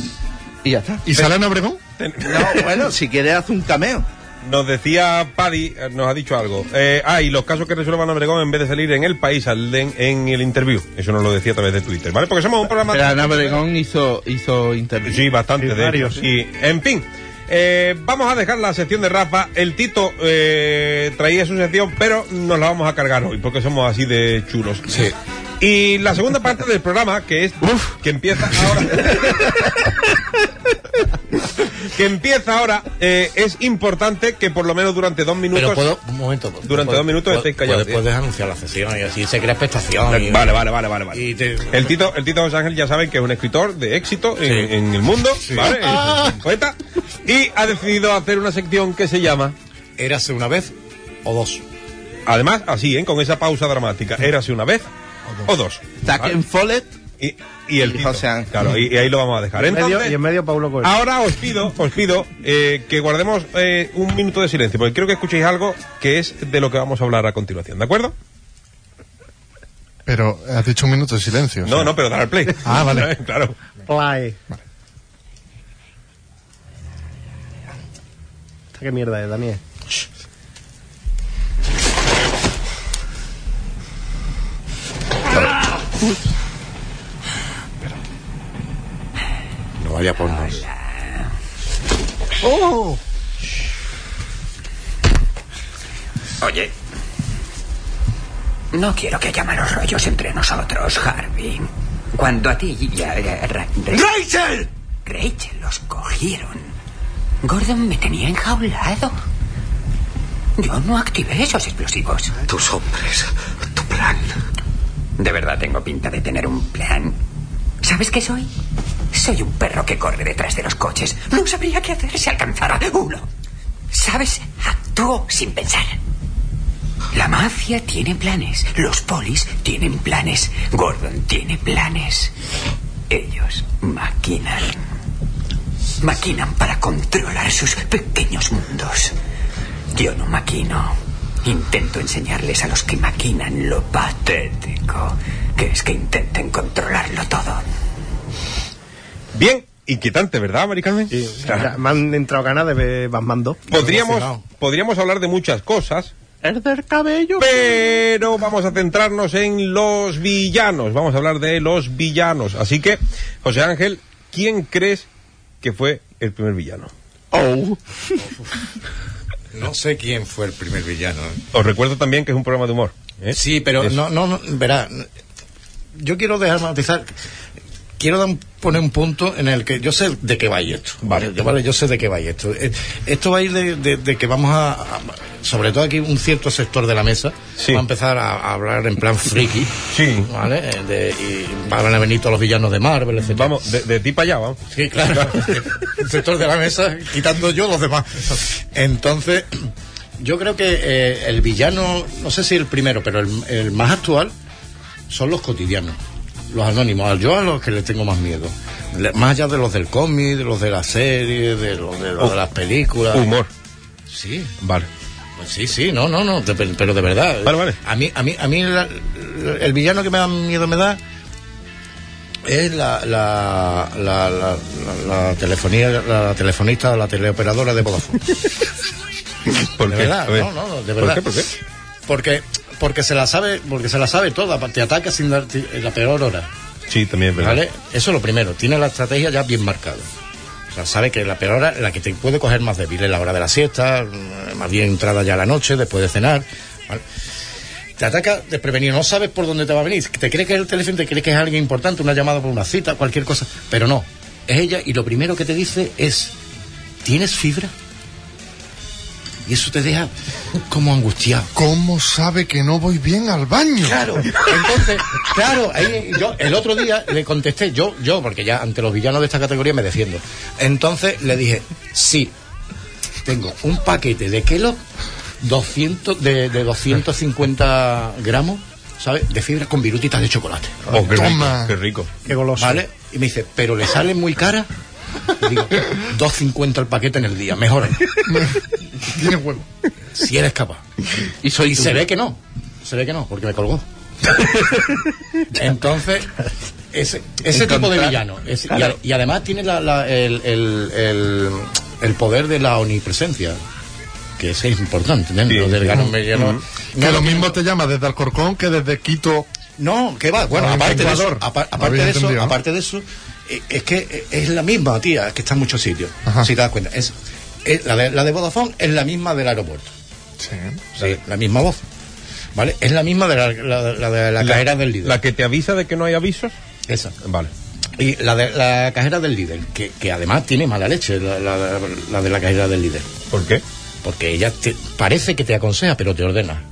y ya está
¿Y sale Ana Obregón?
no, bueno si quieres haz un cameo
Nos decía Paddy, eh, nos ha dicho algo. Eh, ah, y los casos que resuelvan Obregón en vez de salir en el país, salen en el interview. Eso nos lo decía a través de Twitter, ¿vale? Porque somos un programa.
pero Ana Obregón hizo hizo interview
Sí, bastante.
Sí,
de
varios,
hecho. Y, en fin, eh, vamos a dejar la sección de Rafa. El Tito eh, traía su sección, pero nos la vamos a cargar hoy, porque somos así de chulos.
Sí.
Y la segunda parte del programa, que es que empieza ahora. que empieza ahora, eh, es importante que por lo menos durante dos minutos.
Pero puedo, un momento.
Durante dos minutos
puedo-
estáis callados,
Puedes, puedes anunciar la sesión y así se crea expectación. y-
Vale, vale, vale, vale, vale.
eh. Y te-
El Tito, el Tito José Ángel ya saben que es un escritor de éxito en, en el mundo, ¿vale? Es un poeta. Y ha decidido hacer una sección que se llama,
Érase una vez o dos.
además, así, ¿eh? con esa pausa dramática, Érase una vez o dos.
Taken Follett.
Y, y el
Y
Tito.
José Ángel.
Claro, y, y ahí lo vamos a dejar.
En medio-
Entonces, Ah,
y en medio Pablo Coelho.
ahora os pido, os pido eh, que guardemos eh, un minuto de silencio, porque quiero que escuchéis algo que es de lo que vamos a hablar a continuación, ¿de acuerdo?
Pero has dicho un minuto de silencio. o
No,
sea.
no, pero dar al play.
Ah, vale.
claro.
Play. ¿Esta qué mierda es, Daniel?
No vaya por más.
Oye. No quiero que haya malos rollos entre nosotros, Harvey. Eh, Cuando a ti y a... ¡Rachel! Rachel los cogieron. Gordon me tenía enjaulado. Yo no activé esos explosivos. Tus hombres, tu plan. De verdad tengo pinta de tener un plan. ¿Sabes qué soy? Soy un perro que corre detrás de los coches. No sabría qué hacer si alcanzara uno. ¿Sabes? Actúo sin pensar. La mafia tiene planes. Los polis tienen planes. Gordon tiene planes. Ellos maquinan. Maquinan para controlar sus pequeños mundos. Yo no maquino. Intento enseñarles a los que maquinan lo patético que es que intenten controlarlo todo.
Bien, inquietante, ¿verdad, Mari Carmen? Claro.
Ya, Me han entrado ganas de ver Batman 2.
Podríamos, podríamos hablar de muchas cosas,
Perder cabello.
pero vamos a centrarnos en los villanos. Vamos a hablar de los villanos. Así que, José Ángel, ¿quién crees que fue el primer villano?
Oh.
Eh.
No sé quién fue el primer villano. ¿eh?
Os recuerdo también que es un programa de humor. ¿eh?
Sí, pero
Es-
no, no, no, verá. Yo quiero dejar matizar. Quiero dar un- poner un punto en el que yo sé de qué va y esto. Vale, yo, vale, yo sé de qué va y esto. Eh, Esto va a ir de, de- de que vamos a, a- Sobre todo aquí, un cierto sector de la mesa
Sí.
va a empezar a, a hablar en plan friki.
Sí.
¿Vale? Eh, de- y van a venir todos los villanos de Marvel, etc.
Vamos, de, de ti para allá, vamos.
Sí, claro. El sector de la mesa, quitando yo los demás. Entonces, yo creo que eh, el villano, no sé si el primero, pero el, el más actual son los cotidianos, los anónimos. Yo a los que le tengo más miedo. Le- Más allá de los del cómic, de los de la serie, de los de, los de las películas.
Humor.
Sí,
Vale.
pues sí, sí, no, no, no, de- pero de verdad.
Vale, vale.
A mí, a mí, a mí la- el villano que me da miedo me da es la, la, la, la, la- la telefonía, la telefonista, la teleoperadora de Vodafone.
¿Por
de
qué?
verdad,
A ver.
no, no, no, de
¿Por
verdad.
qué? ¿Por qué?
Porque, porque se la sabe, porque se la sabe toda, te ataca sin darte en la peor hora.
Sí, también es verdad.
¿Vale? Eso es lo primero. Tiene la estrategia ya bien marcada. O sea, sabe que la peor hora, la que te puede coger más débil es la hora de la siesta, mm, más bien entrada ya la noche, después de cenar. ¿vale? Te ataca desprevenido, no sabes por dónde te va a venir. Te crees que es el teléfono, te crees que es alguien importante, una llamada por una cita, cualquier cosa. Pero no, es ella y lo primero que te dice es, ¿tienes fibra? Y eso te deja como angustiado.
¿Cómo sabe que no voy bien al baño?
Claro, entonces, claro, ahí yo el otro día le contesté, yo, yo, porque ya ante los villanos de esta categoría me defiendo. Entonces le dije, sí, tengo un paquete de Kellogg 200, de, de 250 gramos, ¿sabes? De fibra con virutitas de chocolate.
Oh, qué
Toma.
rico, qué rico.
Qué goloso.
¿Vale? Y me dice, pero le sale muy cara. Y Digo, 250 el paquete en el día, mejor.
Tiene huevo.
Si eres capaz.
Y soy
Y
tú.
se ve que no, se ve que no, porque me colgó. Entonces, ese, ese tipo de
Encontrar-
villano. ese- y a- y, además tiene la- la- el, el- el- el poder de la omnipresencia, que ese es importante dentro
Sí.
del gano mediano. No,
Que lo mismo te llama desde Alcorcón que desde Quito.
No, que va, bueno,
Ah,
aparte de eso,
Ecuador.
apa-
Lo
aparte
había
de eso,
entendido, ¿no?
aparte de eso, eh, es que eh, es la misma, tía, es que está en muchos sitios,
Ajá.
si te das cuenta. Es, es la, de, la de Vodafone es la misma del aeropuerto.
Sí.
Sí, la misma voz. ¿Vale? Es la misma de la, la- la de la, cajera del líder.
La que te avisa de que no hay avisos.
Esa.
Vale.
Y la de la cajera del líder, que, que además tiene mala leche, la, la- la de la cajera del líder.
¿Por qué?
Porque ella te- parece que te aconseja, pero te ordena.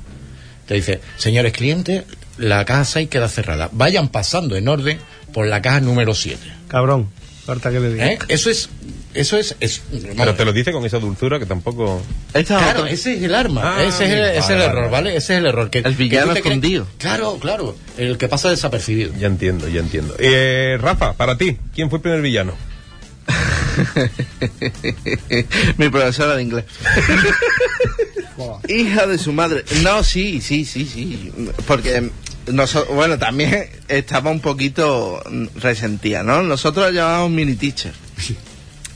Te dice, señores clientes, la caja 6 queda cerrada. Vayan pasando en orden por la caja número 7.
Cabrón. Corta que le diga.
¿Eh? Eso es... Eso es... es-
Pero te lo dice con esa dulzura que tampoco.
Esta
Claro,
otra-
ese es el arma,
Ah,
ese es el,
vale,
ese es el
vale,
error,
vale.
¿vale? Ese es el error. Que, que tú
villano
te crees-
escondido.
Claro, claro, el que pasa desapercibido.
Ya entiendo, ya entiendo. Eh, Rafa, para ti, ¿quién fue el primer villano?
Mi profesora de inglés. Hija de su madre. No, sí, sí, sí, sí. Porque nosotros, bueno, también estaba un poquito mm, resentida, ¿no? Nosotros la llamábamos mini teacher.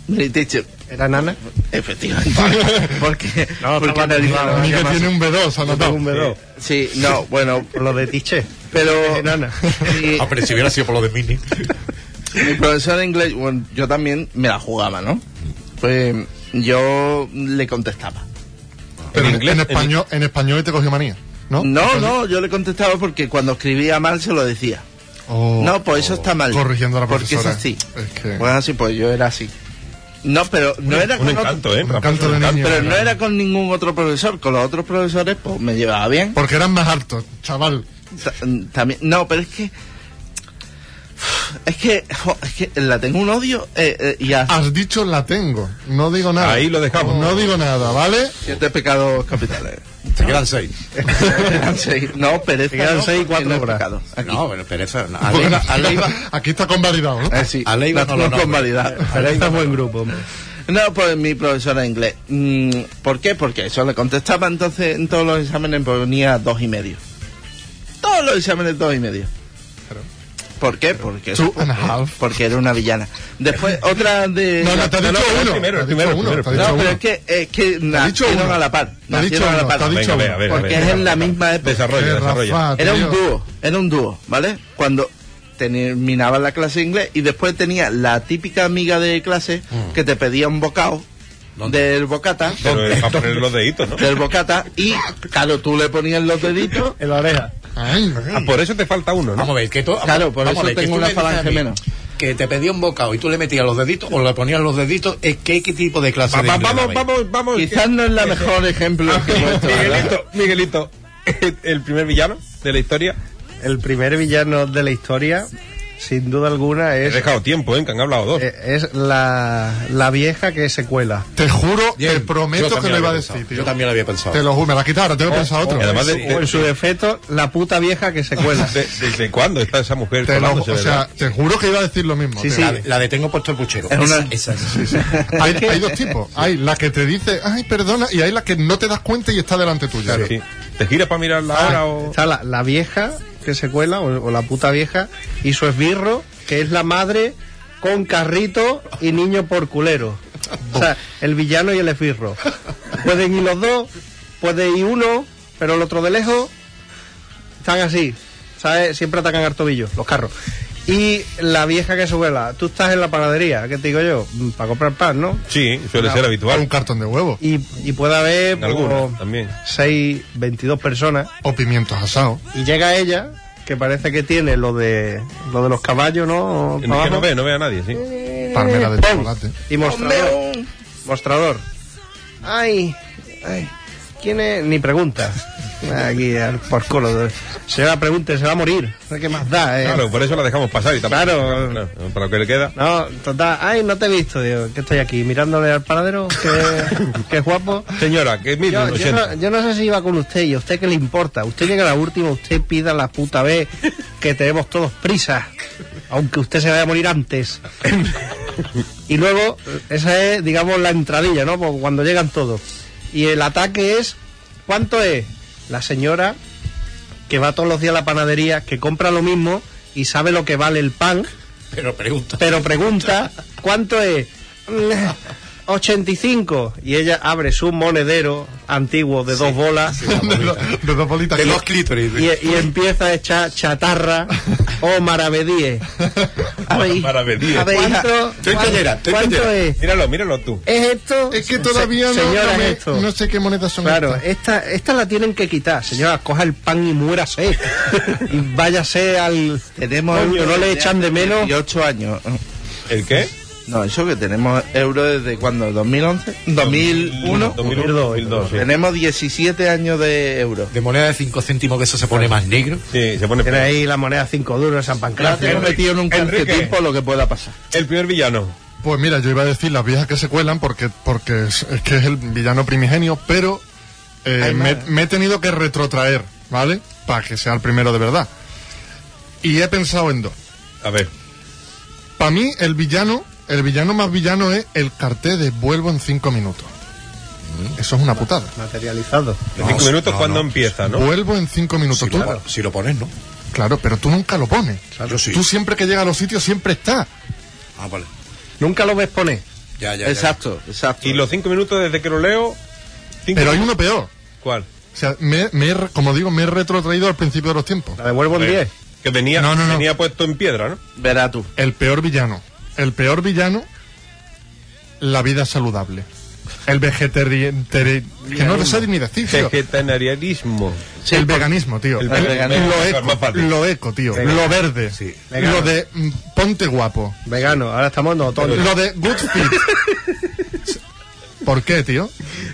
Mini teacher.
¿Era nana?
Efectivamente. porque
No,
porque
estaba animado,
analizaba-
Y que
más?
tiene un B2 anotado.
Un B2.
Sí, no, bueno,
Por lo de Tiche.
pero
Es nana.
mi,
Ah, pero si hubiera sido por lo de Mini.
mi profesora de inglés, bueno, yo también me la jugaba, ¿no? Pues yo le contestaba.
Pero
En
en,
inglés,
en
en-
español, en español te cogió manía, ¿no?
No, no, yo le contestaba porque cuando escribía mal se lo decía.
O-
no, pues eso está mal.
Oh, Corrigiendo a la
Porque
profesora.
es así.
Es que-
Bueno, sí, pues yo era así. No, pero no era
Un
con otro-
encanto, ¿eh?
Un
Rafa?
encanto de niño.
pero no era con ningún otro profesor. Con los otros profesores, pues me llevaba bien.
Porque eran más altos, chaval.
Ta- También, no, pero es que. Es que, jo, es que la tengo un odio eh, eh, y a
Has dicho la tengo. No digo nada.
Ahí lo dejamos.
No digo nada, ¿vale?
siete pecados capitales.
Te quedan seis.
Eran seis. no, pereza.
Quedan
no,
seis y
porque
cuatro
no he
obras.
pecado. Aquí.
No, pero pereza. no. A
Porque
Leiva-
la-
a Leiva-
aquí está convalidado, Ah, ¿no?
Eh, sí,
A Leiva
la
no lo
tengo
nombro.
convalidada.
Pero ahí está buen grupo, hombre.
No, pues mi profesora de inglés. Mm, ¿Por qué? Porque eso le contestaba entonces en todos los exámenes ponía dos y medio. Todos los exámenes dos y medio. ¿Por qué? Porque,
Two and a half.
porque era una villana. Después otra de...
No, no, te ha dicho
no,
uno.
primero,
te ha dicho
primero,
uno,
primero.
te ha dicho
No,
uno.
pero es que, es que
dicho
nacieron
uno.
a la par.
Te ha dicho
Nacieron a la
uno,
par.
te ha
Venga,
dicho
ve, a ver, a ver,
Porque
venga,
es en
Rafa.
la misma época.
Desarrolla,
Eh,
desarrolla.
Rafa,
Era un
tío.
dúo, era un dúo, ¿vale? Cuando terminaba la clase de inglés y después tenía la típica amiga de clase que te pedía un bocado del bocata,
Pero es para poner los deditos, ¿no?
del bocata y claro, tú le ponías los deditos.
En la oreja.
Ay,
Ah, por eso te falta uno,
Vamos a
¿no?
ver, que tú.
Claro, por
vamos
eso
a ver, que
tengo
tú
una
me dices
falange
a mí
menos.
Que te pedía un bocado y tú le metías los deditos o le ponías los deditos. ¿Es que, ¿Qué tipo de clase
Va-
de
va-
inglés
vamos,
dabais?
vamos, vamos.
Quizás no es la mejor ejemplo que he puesto, ¿verdad?
Miguelito, Miguelito, el primer villano de la historia.
El primer villano de la historia, sin duda alguna,
He
es,
dejado tiempo, ¿eh? Que han hablado dos.
eh, es la, la vieja que se cuela.
Te juro,
Bien,
te
yo
prometo que
también
lo iba a
había
decir,
pensado,
tío.
Yo también lo había pensado.
Te lo juro, me la quitas ahora, tengo que pensar otro.
Y eh, además de,
O en su defecto, la puta vieja que se cuela.
de- ¿desde cuándo está esa mujer
Te lo-
colándose,
o sea,
verdad?
te juro que iba a decir lo mismo. tío.
La, de- la detengo puesto el puchero.
Es una-
Esa, esa.
Hay, hay dos tipos. Hay la que te dice, ay, perdona, y hay la que no te das cuenta y está delante tuya.
Claro, sí. ¿Te giras para mirar la hora o...?
Está Ah, la, la vieja que se cuela, o, o la puta vieja, y su esbirro, que es la madre con carrito y niño por culero. O sea, el villano y el esbirro. Pueden ir los dos, puede ir uno, pero el otro de lejos. Están así, ¿sabes? Siempre atacan al tobillo, los carros. Y la vieja que se cuela, tú estás en la panadería, ¿qué te digo yo? Mm, Para comprar pan, ¿no?
Sí, suele ser
Un
habitual.
cartón de huevo.
Y, y puede haber
En algunas,
pues,
también.
seis, 22 personas
O pimientos asados.
y llega ella, que parece que tiene lo de lo de los caballos, ¿no?
En
Para
el que no
abajo.
ve, no ve a nadie, sí.
Palmera de
¡Pum!
chocolate.
Y mostrador. Mostrador. Ay, ay. ¿Quién es? Ni pregunta. Aquí, al- por culo. de- Se la pregunta, se va a morir. ¿Qué más da, eh?
Claro, por eso la dejamos pasar y tampoco.
Claro.
Para lo que le queda.
No, total. Ay, no te he visto, digo, que estoy aquí mirándole al panadero, que, que es guapo.
Señora, que es
Yo, yo
1980.
no, yo no sé si iba con usted y a usted qué le importa. Usted llega la última, usted pida la puta vez que tenemos todos prisa, aunque usted se vaya a morir antes. y luego, esa es, digamos, la entradilla, ¿no? Por Cuando llegan todos. Y el ataque es, ¿cuánto es? La señora que va todos los días a la panadería, que compra lo mismo y sabe lo que vale el pan
Pero pregunta.
pero pregunta cuánto es 85 y ella abre su monedero antiguo de dos bolas
De, do- de dos bolitas.
De los clítoris.
y, y empieza a echar chatarra o maravedíes
A
Ah,
ver.
Maravedíes.
A ver, hija.
¿Cuánto,
Estoy
cuán-
callera, estoy
cuánto
callera.
es?
Míralo, míralo tú.
¿Es esto?
Es que todavía
Se-
no,
señora,
no me-
es esto.
no sé qué monedas son
Claro,
estas.
esta, esta la tienen que quitar, señora. Coja el pan y muérase. y váyase al.
Tenemos
Coño,
euros
no le
desde
echan de
hace
menos.
18 años.
¿El qué?
No, eso que tenemos euros desde cuando, 2011, 2001.
2001, 2002, sí.
Tenemos 17 años de euros.
De moneda de 5 céntimos que eso se pone más negro.
Sí, se pone
Tiene ahí la moneda 5 duros, San
La
Pancracio.
tengo metido en un
Enrique.
calcetín por lo que pueda pasar.
el primer villano.
Pues mira, yo iba a decir las viejas que se cuelan porque, porque es, es que es el villano primigenio, pero eh, me, me he tenido que retrotraer, ¿vale? Para que sea el primero de verdad. Y he pensado en dos.
A ver.
Para mí, el villano, el villano más villano es el cartel de vuelvo en cinco minutos.
Mm.
Eso es una putada.
Materializado.
En cinco
No,
minutos
no,
cuando
no.
empieza, ¿no?
Vuelvo en cinco minutos.
Si
Tú-
lo, si lo pones, ¿no?
Claro, pero tú nunca lo pones.
Claro, sí.
Tú siempre que llegas a los sitios siempre está.
Ah, vale.
Nunca lo ves poner.
Ya, ya. ya.
Exacto, exacto.
Y los cinco minutos desde que lo leo. Cinco
Pero hay uno peor.
¿Cuál?
O sea, me, me he re- como digo, me he retrotraído al principio de los tiempos.
La devuelvo en 10.
Eh, Que tenía,
No, no, no.
tenía puesto en piedra, ¿no?
Verá tú.
El peor villano. El peor villano, la vida saludable. El vegetarian... tere- Que no lo sé ni decir, tío.
Vegetarianismo.
el veganismo, tío.
El
El-
veganismo.
Lo
Es más
eco,
fácil.
lo eco, tío. Lo verde.
Vegano.
Lo de mm, ponte guapo.
Vegano, ahora estamos en otoño.
Lo de good fit. ¿Por qué, tío?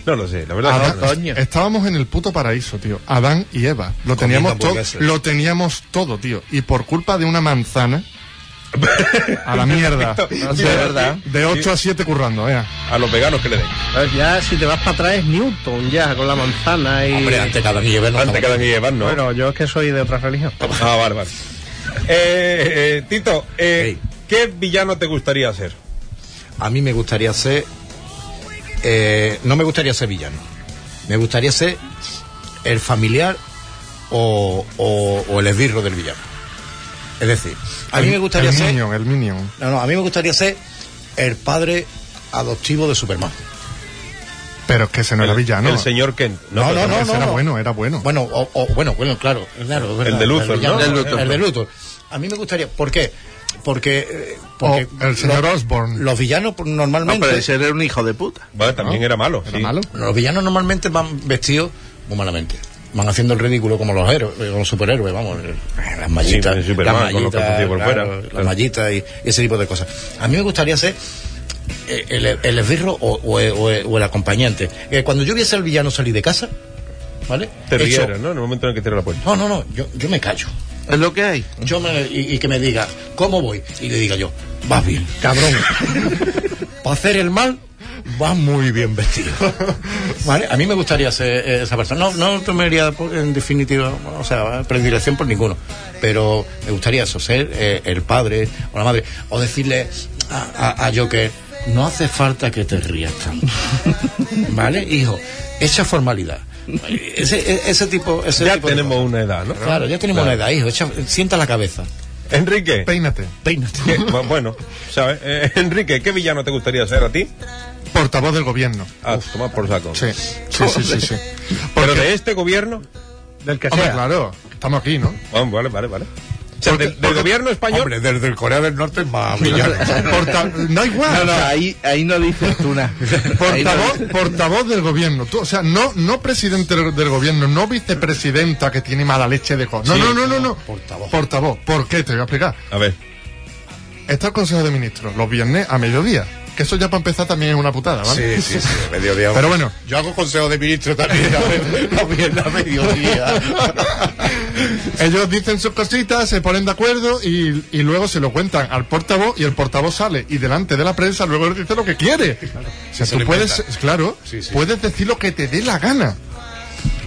No lo sé, la verdad.
Adán-
que no lo sé.
estábamos en el puto paraíso, tío. Adán y Eva. Lo teníamos todo,
hamburguesas.
lo teníamos todo, tío. Y por culpa de una manzana. a la mierda.
Sí,
de,
de verdad.
de 8 a 7 currando, vea.
A los veganos que le den.
Pues Ya si te vas para atrás es Newton, ya, con la manzana y...
Hombre, antes cada ni lleve no
Antes que
estaba-
dan y llevan, ¿no?
Bueno, yo es que soy de otra religión.
Ah, vale, vale. Eh, eh, Tito, eh,
Ey.
¿qué villano te gustaría ser?
A mí me gustaría ser. eh, no me gustaría ser villano. Me gustaría ser el familiar o, o- o el esbirro del villano. Es decir, a mí
El-
me gustaría
el
ser.
Minion, el Minion.
No, no, a mí me gustaría ser el padre adoptivo de Superman.
Pero es que ese no
el,
era villano.
el señor Kent.
No, no,
pero
no,
ese
no,
era
no.
bueno, era bueno.
Bueno, o, o- bueno, bueno, claro, claro, es verdad,
El de Luthor,
villano,
¿no?
El,
El de Luthor.
de Luthor. A mí me gustaría, ¿por qué? Porque, eh, porque
O el señor
los-
Osborn.
Los villanos pues, normalmente
No, pero ese era un hijo de puta.
Vale, también
¿No?
era malo.
Era
sí.
malo.
Bueno, los villanos normalmente van vestidos muy malamente. Van haciendo el ridículo como los héroes, como los superhéroes, vamos. eh, Las mallitas,
Sí, Superman,
las
con los
mallitas,
calzoncillos por fuera,
claro, las
claro.
mallitas y, y ese tipo de cosas. A mí me gustaría ser eh, el, el esbirro o, o- o- o el acompañante. Eh, cuando yo viese al villano salir de casa, ¿vale?
Te
Hecho-
rieron, ¿no? En el momento en el que cierra la puerta.
No, no, no, yo, yo me callo.
Es lo que hay.
Yo me- y, y que me diga, ¿cómo voy? Y le diga yo, vas bien, cabrón. Para hacer el mal, vas muy bien vestido. ¿Vale? A mí me gustaría ser eh, esa persona. No, no tomaría por- en definitiva, o sea, predilección por ninguno. Pero me gustaría eso, ser eh, el padre o la madre. O decirle a, a, a Joker, no hace falta que te rías tanto. ¿Vale, hijo? Esa formalidad. Ese, ese tipo. Ese
Ya
tipo de
tenemos
cosas.
una edad, ¿no?
Claro, ya tenemos una edad, hijo. Echa- sienta la cabeza.
Enrique.
Peínate.
¿qué- bu- bueno, ¿sabes? Eh, Enrique, ¿qué villano te gustaría ser a ti?
Portavoz del gobierno.
A tomar por saco.
Sí, sí, sí, sí. sí.
Pero
Porque-
de este gobierno.
Del que
Hombre,
sea.
claro, estamos aquí, ¿no?
Bueno, vale, vale, vale. O sea,
Porque-
del, del gobierno español.
Hombre, desde el Corea del Norte es más brillante.
Porta- da
No,
igual.
no, ahí, ahí no dices tú nada. Ahí no
Portavoz,
dices-
portavoz del gobierno. Tú, o sea, no, no presidente del del gobierno, no vicepresidenta que tiene mala leche de cosas. No,
Sí,
no, no, no, no.
portavoz.
Portavoz. ¿Por qué? Te voy a explicar.
A ver.
Está el Consejo de Ministros los viernes a mediodía. Que eso ya para empezar también es una putada, ¿vale?
Sí, sí, sí, mediodía.
Pero bueno.
Yo hago consejo de ministro también a ver- también a mediodía.
Ellos dicen sus cositas, se ponen de acuerdo y, y luego se lo cuentan al portavoz y el portavoz sale y delante de la prensa luego le dice lo que quiere. O sea,
Se
tú
lo
puedes,
inventa.
claro,
Sí, sí.
puedes decir lo que te dé la gana.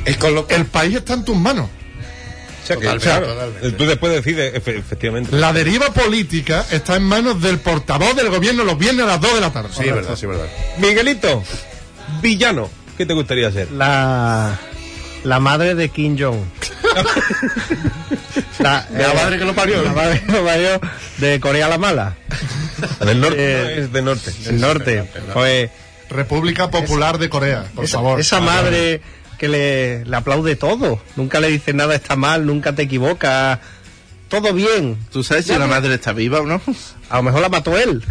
Es con lo
El país está en tus manos.
O sea, que,
Totalmente,
claro,
totalmente.
tú después decides, efe- efectivamente.
La deriva política está en manos del portavoz del gobierno los viernes a las 2 de la tarde.
Sí, es verdad, sí, es verdad.
Miguelito, villano, ¿qué te gustaría ser?
La... La madre de Kim Jong. la, eh,
La madre que lo parió.
La madre que lo parió de Corea la Mala,
Del norte,
Eh,
¿no? es del norte.
del norte. Pues,
Joder,
República Popular de Corea, por
Esa,
favor.
esa madre que le, le aplaude todo. Nunca le dice nada está mal, nunca te equivocas. Todo bien.
¿Tú sabes si la madre está viva o no?
A lo mejor la mató él.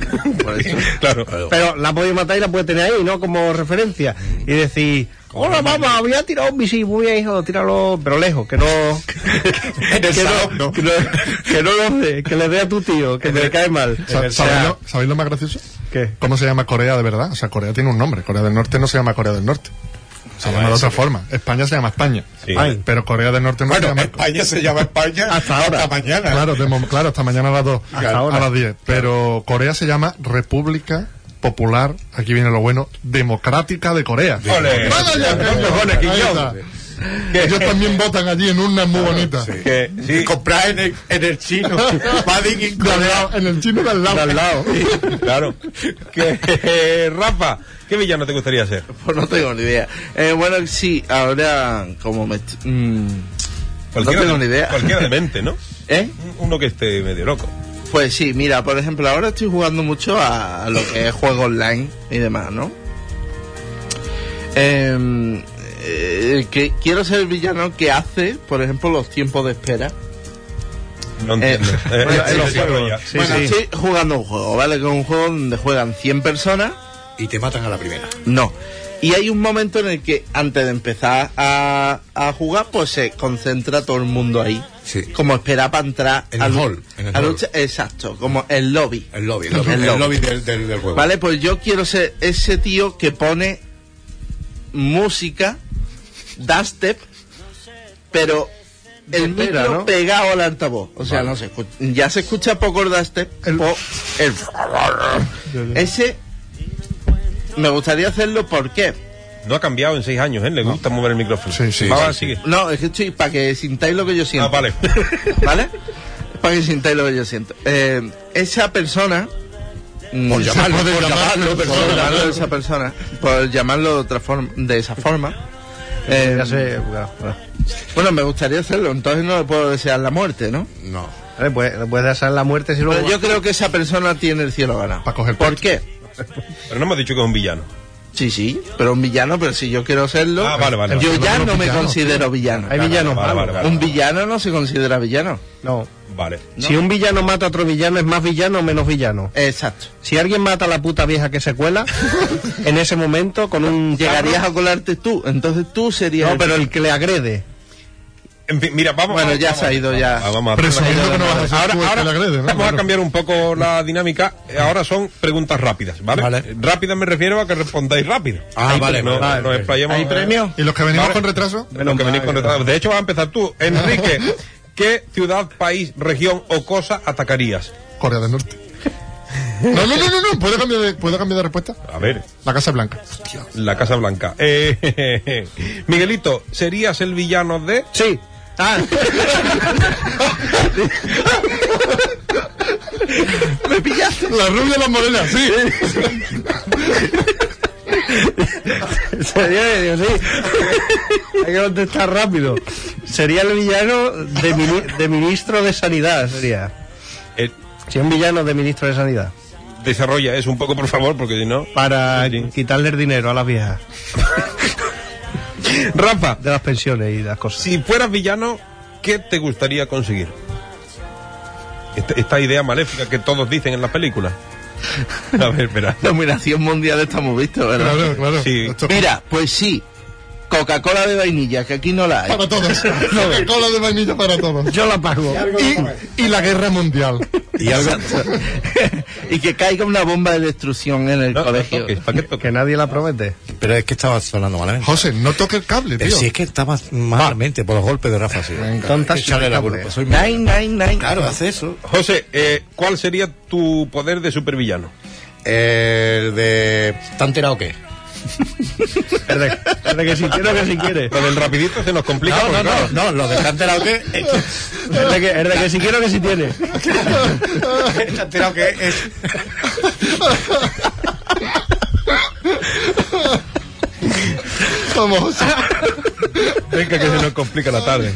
Por eso.
Claro.
Pero la ha podido matar y la puede tener ahí, ¿no? Como referencia. Y decir, hola mamá, voy a tirar un misil, voy a hijo, tíralo, pero lejos, que no. que, no que no que no lo dé, que le dé a tu tío, que te cae mal.
Sa-
O Eh, sea,
¿sabéis, lo, sabéis lo más gracioso?
¿Qué?
¿Cómo se llama Corea de verdad? O sea, Corea tiene un nombre. Corea del Norte no se llama Corea del Norte. Se llama de otra forma. España se llama España.
Sí. eh,
Ay, Pero Corea del Norte no se llama.
España se llama España
Hasta ahora.
mañana.
Claro, de mom- claro, hasta mañana a las 2.
Hasta ahora.
A las 10. Pero Corea se llama República Popular, aquí viene lo bueno, Democrática de Corea.
Ole.
Vaya, ya,
Los
coño,
cojones,
ahí
Quillón.
está. Ellos también votan allí en urnas muy bonitas.
Que, sí,
Y comprar en el, en el chino. Made in
De al
Korea.
lado, en el chino de al lado.
claro. Que, Rafa, ¿qué villano te gustaría ser?
Pues no tengo ni idea. Eh, bueno, sí, ahora como me... est- mm,
Cualquiera
tengo
de-
ni idea.
Cualquiera de mente, ¿no?
¿Eh?
Uno que esté medio loco.
Pues sí, mira, por ejemplo, ahora estoy jugando mucho a a lo que es juego online y demás, ¿no? Em, eh, que quiero ser el villano que hace, por ejemplo, los tiempos de espera.
No entiendo. Eh, eh, lo sabro ya.
Sí,
bueno,
sí.
estoy jugando un juego, ¿vale? Que es un juego donde juegan 100 personas.
Y te matan a la primera.
No. Y hay un momento en el que antes de empezar a, a jugar, pues se concentra todo el mundo ahí.
Sí.
Como espera para entrar
En el hall, en el
al-
hall.
Exacto, como el lobby.
El lobby, el lobby,
El
el
lobby.
lobby del, del- del juego.
Vale, pues yo quiero ser ese tío que pone música, dubstep, pero el
Espera,
micro
¿no?
pegado al altavoz. O sea, no se escu- ya se escucha poco el dubstep. po- el- Ese me gustaría hacerlo porque...
No ha cambiado en seis años, ¿eh? Le gusta mover el micrófono.
Sí, sí,
Va,
sí,
va,
sí.
sigue.
No, es que estoy para que sintáis lo que yo siento.
Ah, vale.
¿Vale? Para que sintáis lo que yo siento. Eh, esa persona. mm,
Por llamarlo,
por
por
llamarlo,
llamarlo,
por
persona,
llamarlo
¿no?
de esa persona. Por llamarlo de, otra forma, de esa forma. eh,
ya sé, bueno, bueno.
Bueno, me gustaría hacerlo, entonces no le puedo desear la muerte, ¿no?
No.
Vale, pues, le puedes desear la muerte si luego.
Pero yo creo que esa persona tiene el cielo ganado.
Pa' coger
¿Por
pecho.
qué?
Pero no hemos dicho que es un villano.
Sí, sí, pero un villano, pero si yo quiero serlo,
Ah, vale, vale.
yo
vale.
ya
no
no me
villano,
considero villano.
Hay villanos
vale,
malos.
vale, vale.
Un villano no se considera villano.
No.
Vale.
Si un villano mata a otro villano, es más villano o menos villano.
Exacto.
Si alguien mata a la puta vieja que se cuela, en ese momento con un
Llegarías
carro-
a colarte tú, entonces tú serías.
No, pero el que le agrede.
En fin, mira, vamos
Bueno,
vamos,
ya
vamos,
se ha ido,
vamos,
ya.
Vamos, vamos a hacer una
Presumiendo que no vas a ser
Ahora,
tú el que
ahora
le agrede, ¿no?
vamos a
Claro.
cambiar un poco la dinámica. Eh, Ahora son preguntas rápidas, ¿vale?
Vale.
Rápidas me refiero a que respondáis rápido.
Ah, vale,
No,
vale.
no explayemos.
¿Hay premio?
Y los que venimos
Vale.
con retraso,
Lo que venís con retraso. De hecho, vas a empezar tú. Enrique, ¿qué ciudad, país, región o cosa atacarías?
Corea del Norte. No, no, no, no, no. ¿Puedo cambiar de, ¿puedo cambiar de respuesta?
A ver,
La Casa Blanca.
la Casa Blanca. Eh, Miguelito, ¿serías el villano de...?
Sí.
Ah. Me pillaste.
La rubia y la morena, sí.
Sería de Dios, sí. Hay que contestar rápido. Sería el villano de, mini- de ministro de sanidad, sería.
Eh,
Si un villano de ministro de sanidad.
desarrolla eso un poco, por favor, porque si no...
Para
Sí, sí.
quitarle el dinero a las viejas
Rafa,
de las pensiones y las cosas.
si fueras villano, ¿qué te gustaría conseguir? Esta, esta idea maléfica que todos dicen en las películas. A ver, espera.
Dominación mundial estamos vistos, ¿verdad?
Claro, claro.
Sí.
Esto-
Mira, pues sí. Coca-Cola de vainilla, que aquí no la hay.
Para todos. Cola de vainilla para todos.
Yo la pago.
Y, y la guerra mundial.
Y algo.
y que caiga una bomba de destrucción en el
No, no
colegio.
toques, ¿para qué
Que
toques?
nadie la promete.
Pero es que estaba sonando mal.
José, no toque el cable, tío.
Pero si es que estaba malamente por los golpes de Rafa. Sí.
Tontas
Échale la
impecables.
culpa. Soy muy-
Nine, nine, nine.
Claro, hace eso.
José, eh, ¿cuál sería tu poder de supervillano?
El de. ¿Te has enterado qué?
Espérate, espérate, que si quiero, que si quiere.
Lo del rapidito se nos complica. porque, claro,
no, lo de ¿te has enterado qué? eh,
Es de que, es de que si quiero, que si tiene.
¿Te has enterado qué? Es-
Vamos, José.
Venga, que se nos complica la tarde.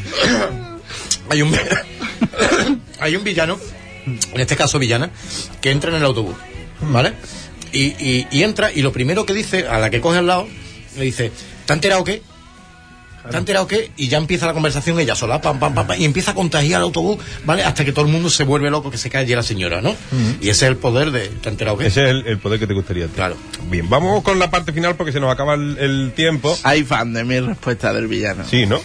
Hay un. Hay un villano, en este caso villana, que entra en el autobús. ¿Vale? Y, y- y entra y lo primero que dice a la que coge al lado, le dice: ¿Te has enterado qué? ¿Te han enterado qué? Y ya empieza la conversación ella sola, pam, pam, pam, pam, y empieza a contagiar al autobús, ¿vale? Hasta que todo el mundo se vuelve loco, que se cae allí la señora, ¿no? Y ese es el poder de. ¿Te han enterado qué?
Ese es el, el poder que te gustaría. a ti.
Claro.
Bien, vamos con la parte final porque se nos acaba el, el tiempo.
Hay fan de mi respuesta del villano.
Sí, ¿no?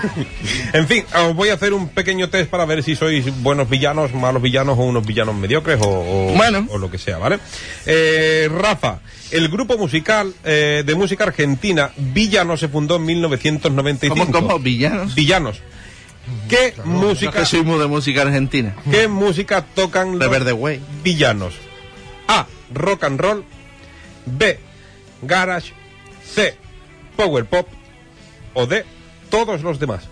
en fin, os voy a hacer un pequeño test para ver si sois buenos villanos, malos villanos o unos villanos mediocres o, o-
Bueno.
o lo que sea, ¿vale? Eh, Rafa, el grupo musical eh, de música argentina Villano se fundó en 1995.
¿Cómo, cómo? ¿Villanos?
Villanos. ¿Qué
Yo
música
que soy muy de música argentina.
¿Qué música tocan
De
los
Verde Güey.
villanos? A. Rock and roll. B. Garage. C. Power pop. O D. Todos los demás.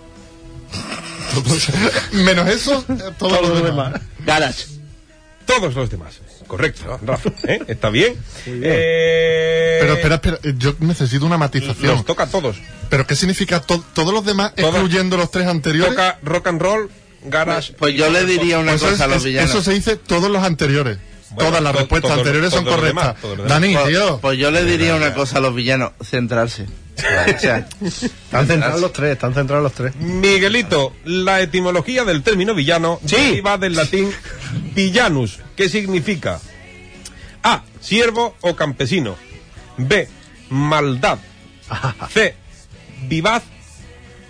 Menos eso, eh, todo lo demás.
Garage.
Todos los demás.
Ah.
Correcto, Rafa. ¿eh? ¿Está bien? Eh,
Pero espera, espera, eh, yo necesito una matización.
Los toca a todos.
¿Pero qué significa to- todos los demás,
Todos.
excluyendo los tres anteriores?
Toca rock and roll, garage.
Pues yo le diría una
Pues eso,
cosa a
es-
los
es-
villanos.
eso se dice todos los anteriores.
Bueno,
Todas las
to-
respuestas
todos-
anteriores son
todos los demás,
correctas.
todos los demás.
Dani,
pues,
tío.
pues yo le diría una cosa a los villanos, centrarse. O sea,
Están centrados los tres, están centrados los tres.
Miguelito, la etimología del término villano deriva del latín villanus, que significa A. Siervo o campesino. B. Maldad. C. Vivaz.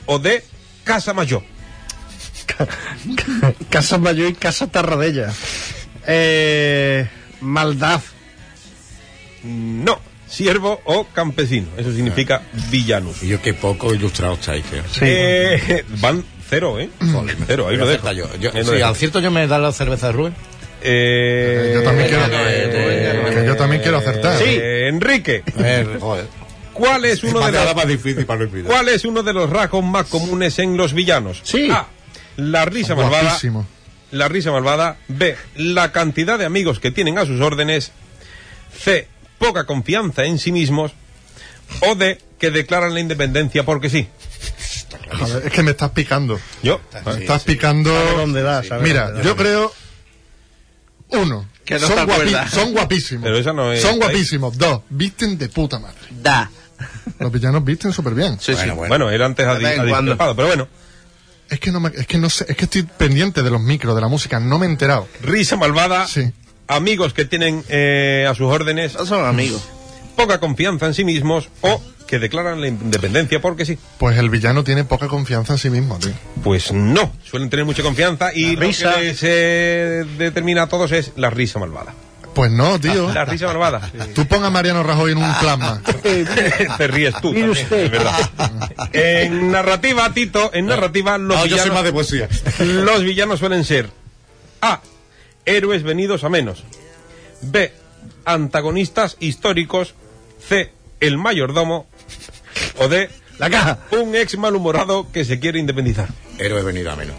O D. Casa mayor.
Casa Mayor y Casa Tarradella. Eh, maldad.
No. Siervo o campesino. Eso significa villanus.
Y yo qué poco ilustrado estáis, creo.
Sí.
Eh, van cero, ¿eh? Cero, ahí lo dejo.
Mm. Yo,
Ahí lo
si
dejo.
al cierto yo me da la cerveza de Rubén.
Eh,
Yo también quiero,
eh,
que yo también quiero acertar.
Sí. Eh, Enrique,
A
Eh,
ver, joder.
¿cuál es uno de
Para
los
nada más difícil para no olvidar.
¿Cuál es uno de los rasgos más comunes en los villanos?
Sí.
A. La risa malvada.
Guapísimo.
La risa malvada. B. La cantidad de amigos que tienen a sus órdenes. C. Poca confianza en sí mismos. O D. Que declaran la independencia porque sí.
Joder, es que me estás picando.
Yo.
Me estás picando.
Sabe dónde da, sabe
Mira,
dónde da.
yo creo. Uno.
Que no
son,
te acuerdas.
son guapísimos.
Pero esa no es-
Son guapísimos. Dos. Visten de puta madre.
da.
Los villanos visten súper bien.
Sí, sí.
Bueno, era antes
De vez en
adi-
cuando.
adiscrepado, pero bueno.
Es que no me- es que no sé, es que estoy pendiente de los micros, de la música, no me he enterado.
Risa malvada.
Sí.
Amigos que tienen eh, a sus órdenes.
No son amigos.
Poca confianza en sí mismos. O que declaran la independencia porque sí.
Pues el villano tiene poca confianza en sí mismo, tío.
Pues no, suelen tener mucha confianza y lo
risa.
que se determina a todos es la risa malvada.
Pues no, tío.
La risa malvada. Eh,
Tú pon a Mariano Rajoy en un plasma.
Te ríes tú. también, es verdad. En narrativa, Tito, en narrativa los,
No, Ah, yo soy más
villanos,
de poesía.
los villanos suelen ser A. Héroes venidos a menos. B. Antagonistas históricos. C. El mayordomo. O D.
La caja.
Un ex malhumorado que se quiere independizar.
Héroe venido a menos.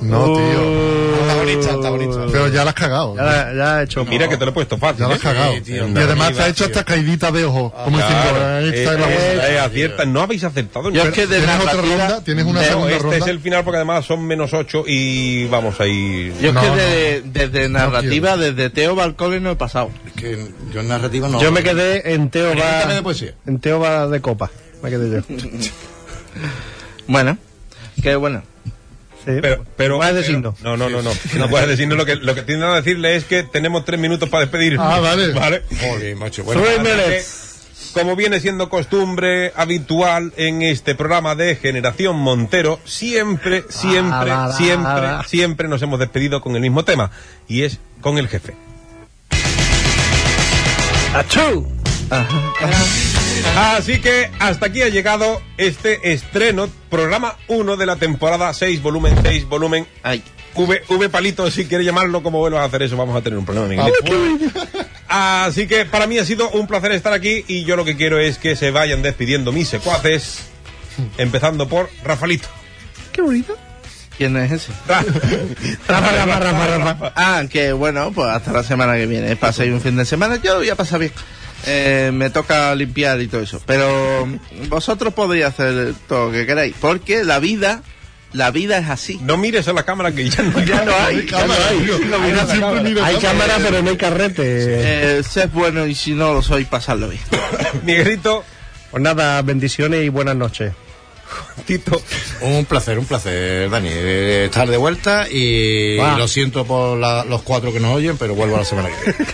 No, tío.
Antagonista, antagonista.
Pero ya la has cagado.
Ya, la- ya he hecho.
Mira que te lo he puesto fácil.
Ya la
¿eh?
has cagado.
Sí, tío,
y
no,
además
ni
te ha
va,
hecho
tío.
esta caidita de ojo. Como diciendo,
Claro,
ahí está
eh,
la
eh,
buena.
eh, acierta. No habéis acertado
Yo
ninguna.
es que de
¿Tienes otra
narrativa-
ronda? ¿Tienes una
de-
No,
segunda
este
ronda?
es el final porque además son menos 8 y vamos ahí.
Yo
No,
es que
no.
de- desde narrativa, desde Teo Balcón no he pasado.
Es que yo en narrativa no.
Yo me quedé en Teo
Pregúntame de
va.
poesía.
En Teo va de copa. Me quedé yo.
Bueno, qué bueno.
Sí.
Pero, pero,
Más de
pero-
signo.
No, no, no, no. No puedes decirnos lo que, lo que tienen a decirle es que tenemos tres minutos para despedir.
Ah, vale.
Vale.
Joder, macho. Bueno,
Three
Eh,
minutes.
Como viene siendo costumbre habitual en este programa de Generación Montero, siempre, siempre,
Ah, va, va,
siempre,
va.
siempre nos hemos despedido con el mismo tema y es con el jefe.
Achú.
Así que hasta aquí ha llegado este estreno, programa 1 de la temporada 6, volumen 6, volumen
Ay.
V, v Palito, si quieres llamarlo como vuelvas a hacer eso, vamos a tener un problema, Miguelito. Así que para mí ha sido un placer estar aquí y yo lo que quiero es que se vayan despidiendo mis secuaces, empezando por Rafalito. Ah,
Qué bonito.
¿Quién es ese?
Ra-
Rafa, Rafa, Rafa, Rafa.
Ah, que bueno, pues hasta la semana que viene. Paséis un fin de semana, yo lo voy a pasar bien. Eh, me toca limpiar y todo eso. Pero mm, vosotros podéis hacer todo lo que queráis. Porque la vida, la vida es así.
No mires a la cámara que ya no hay.
Pues Ya no hay. ya no hay.
Ahora siempre miro
Hay
cámara.
cámara, pero no hay carrete.
Eh, sed bueno y si no lo sois, pasadlo bien.
Miguelito,
Pues nada, bendiciones y buenas noches.
Tito.
Un placer, un placer, Dani. eh, Estar de vuelta y
Va.
lo siento por la- los cuatro que nos oyen, pero vuelvo la semana que viene.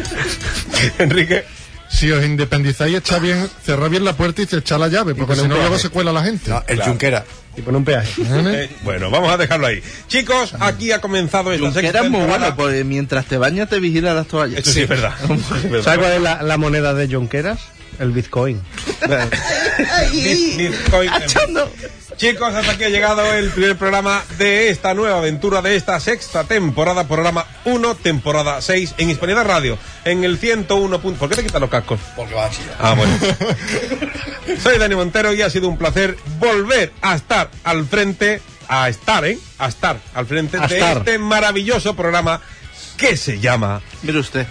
Enrique.
Si os independizáis, está bien, cerrar bien la puerta y echar la llave, porque
poner
si
un
no, luego
peaje.
se cuela la gente.
No, el
Claro.
Junquera.
Y pone un peaje.
¿Eh?
Eh, bueno, vamos a dejarlo ahí. Chicos, aquí ha comenzado esta
Que
sexta
era muy pues.
temporada.
bueno, porque mientras te bañas te vigila las toallas.
Esto sí, es verdad. Es verdad.
¿Sabes cuál es la, la moneda de Jonqueras? El Bitcoin.
Bit- Bitcoin.
Achondo.
Chicos, hasta aquí ha llegado el primer programa de esta nueva aventura, de esta sexta temporada, programa 1, temporada 6, en Hispanidad Radio, en el 101. punto- ¿Por qué te quitan los cascos?
Porque va a chillar.
Ah, bueno. Soy Dani Montero y ha sido un placer volver a estar al frente, a estar, ¿eh? A estar al frente
A
de
estar.
este maravilloso programa que se llama
Mire usted.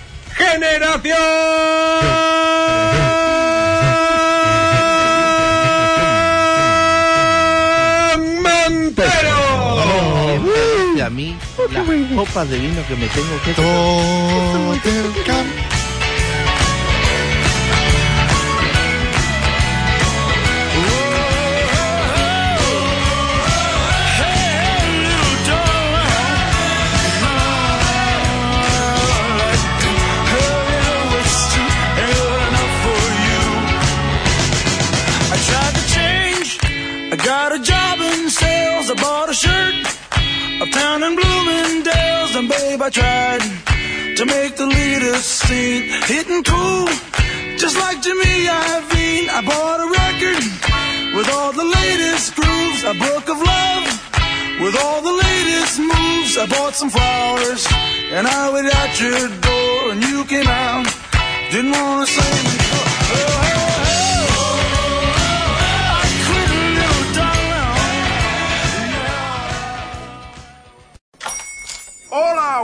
Generación Montero.
Y a mí, las copas de vino que me tengo que tomar.
Todo el campo.
I tried to change. I got a job in sales. I bought a shirt. I found in Bloomingdale's. And babe, I tried to make the leaders sing. Hitting cool, just like Jimmy Iovine. I bought a record with all the latest grooves. A book of love with all the latest moves. I bought some flowers. And I went out your door. And you came out. Didn't want to say before. Oh, oh, oh. Couldn't do it down.
Hola,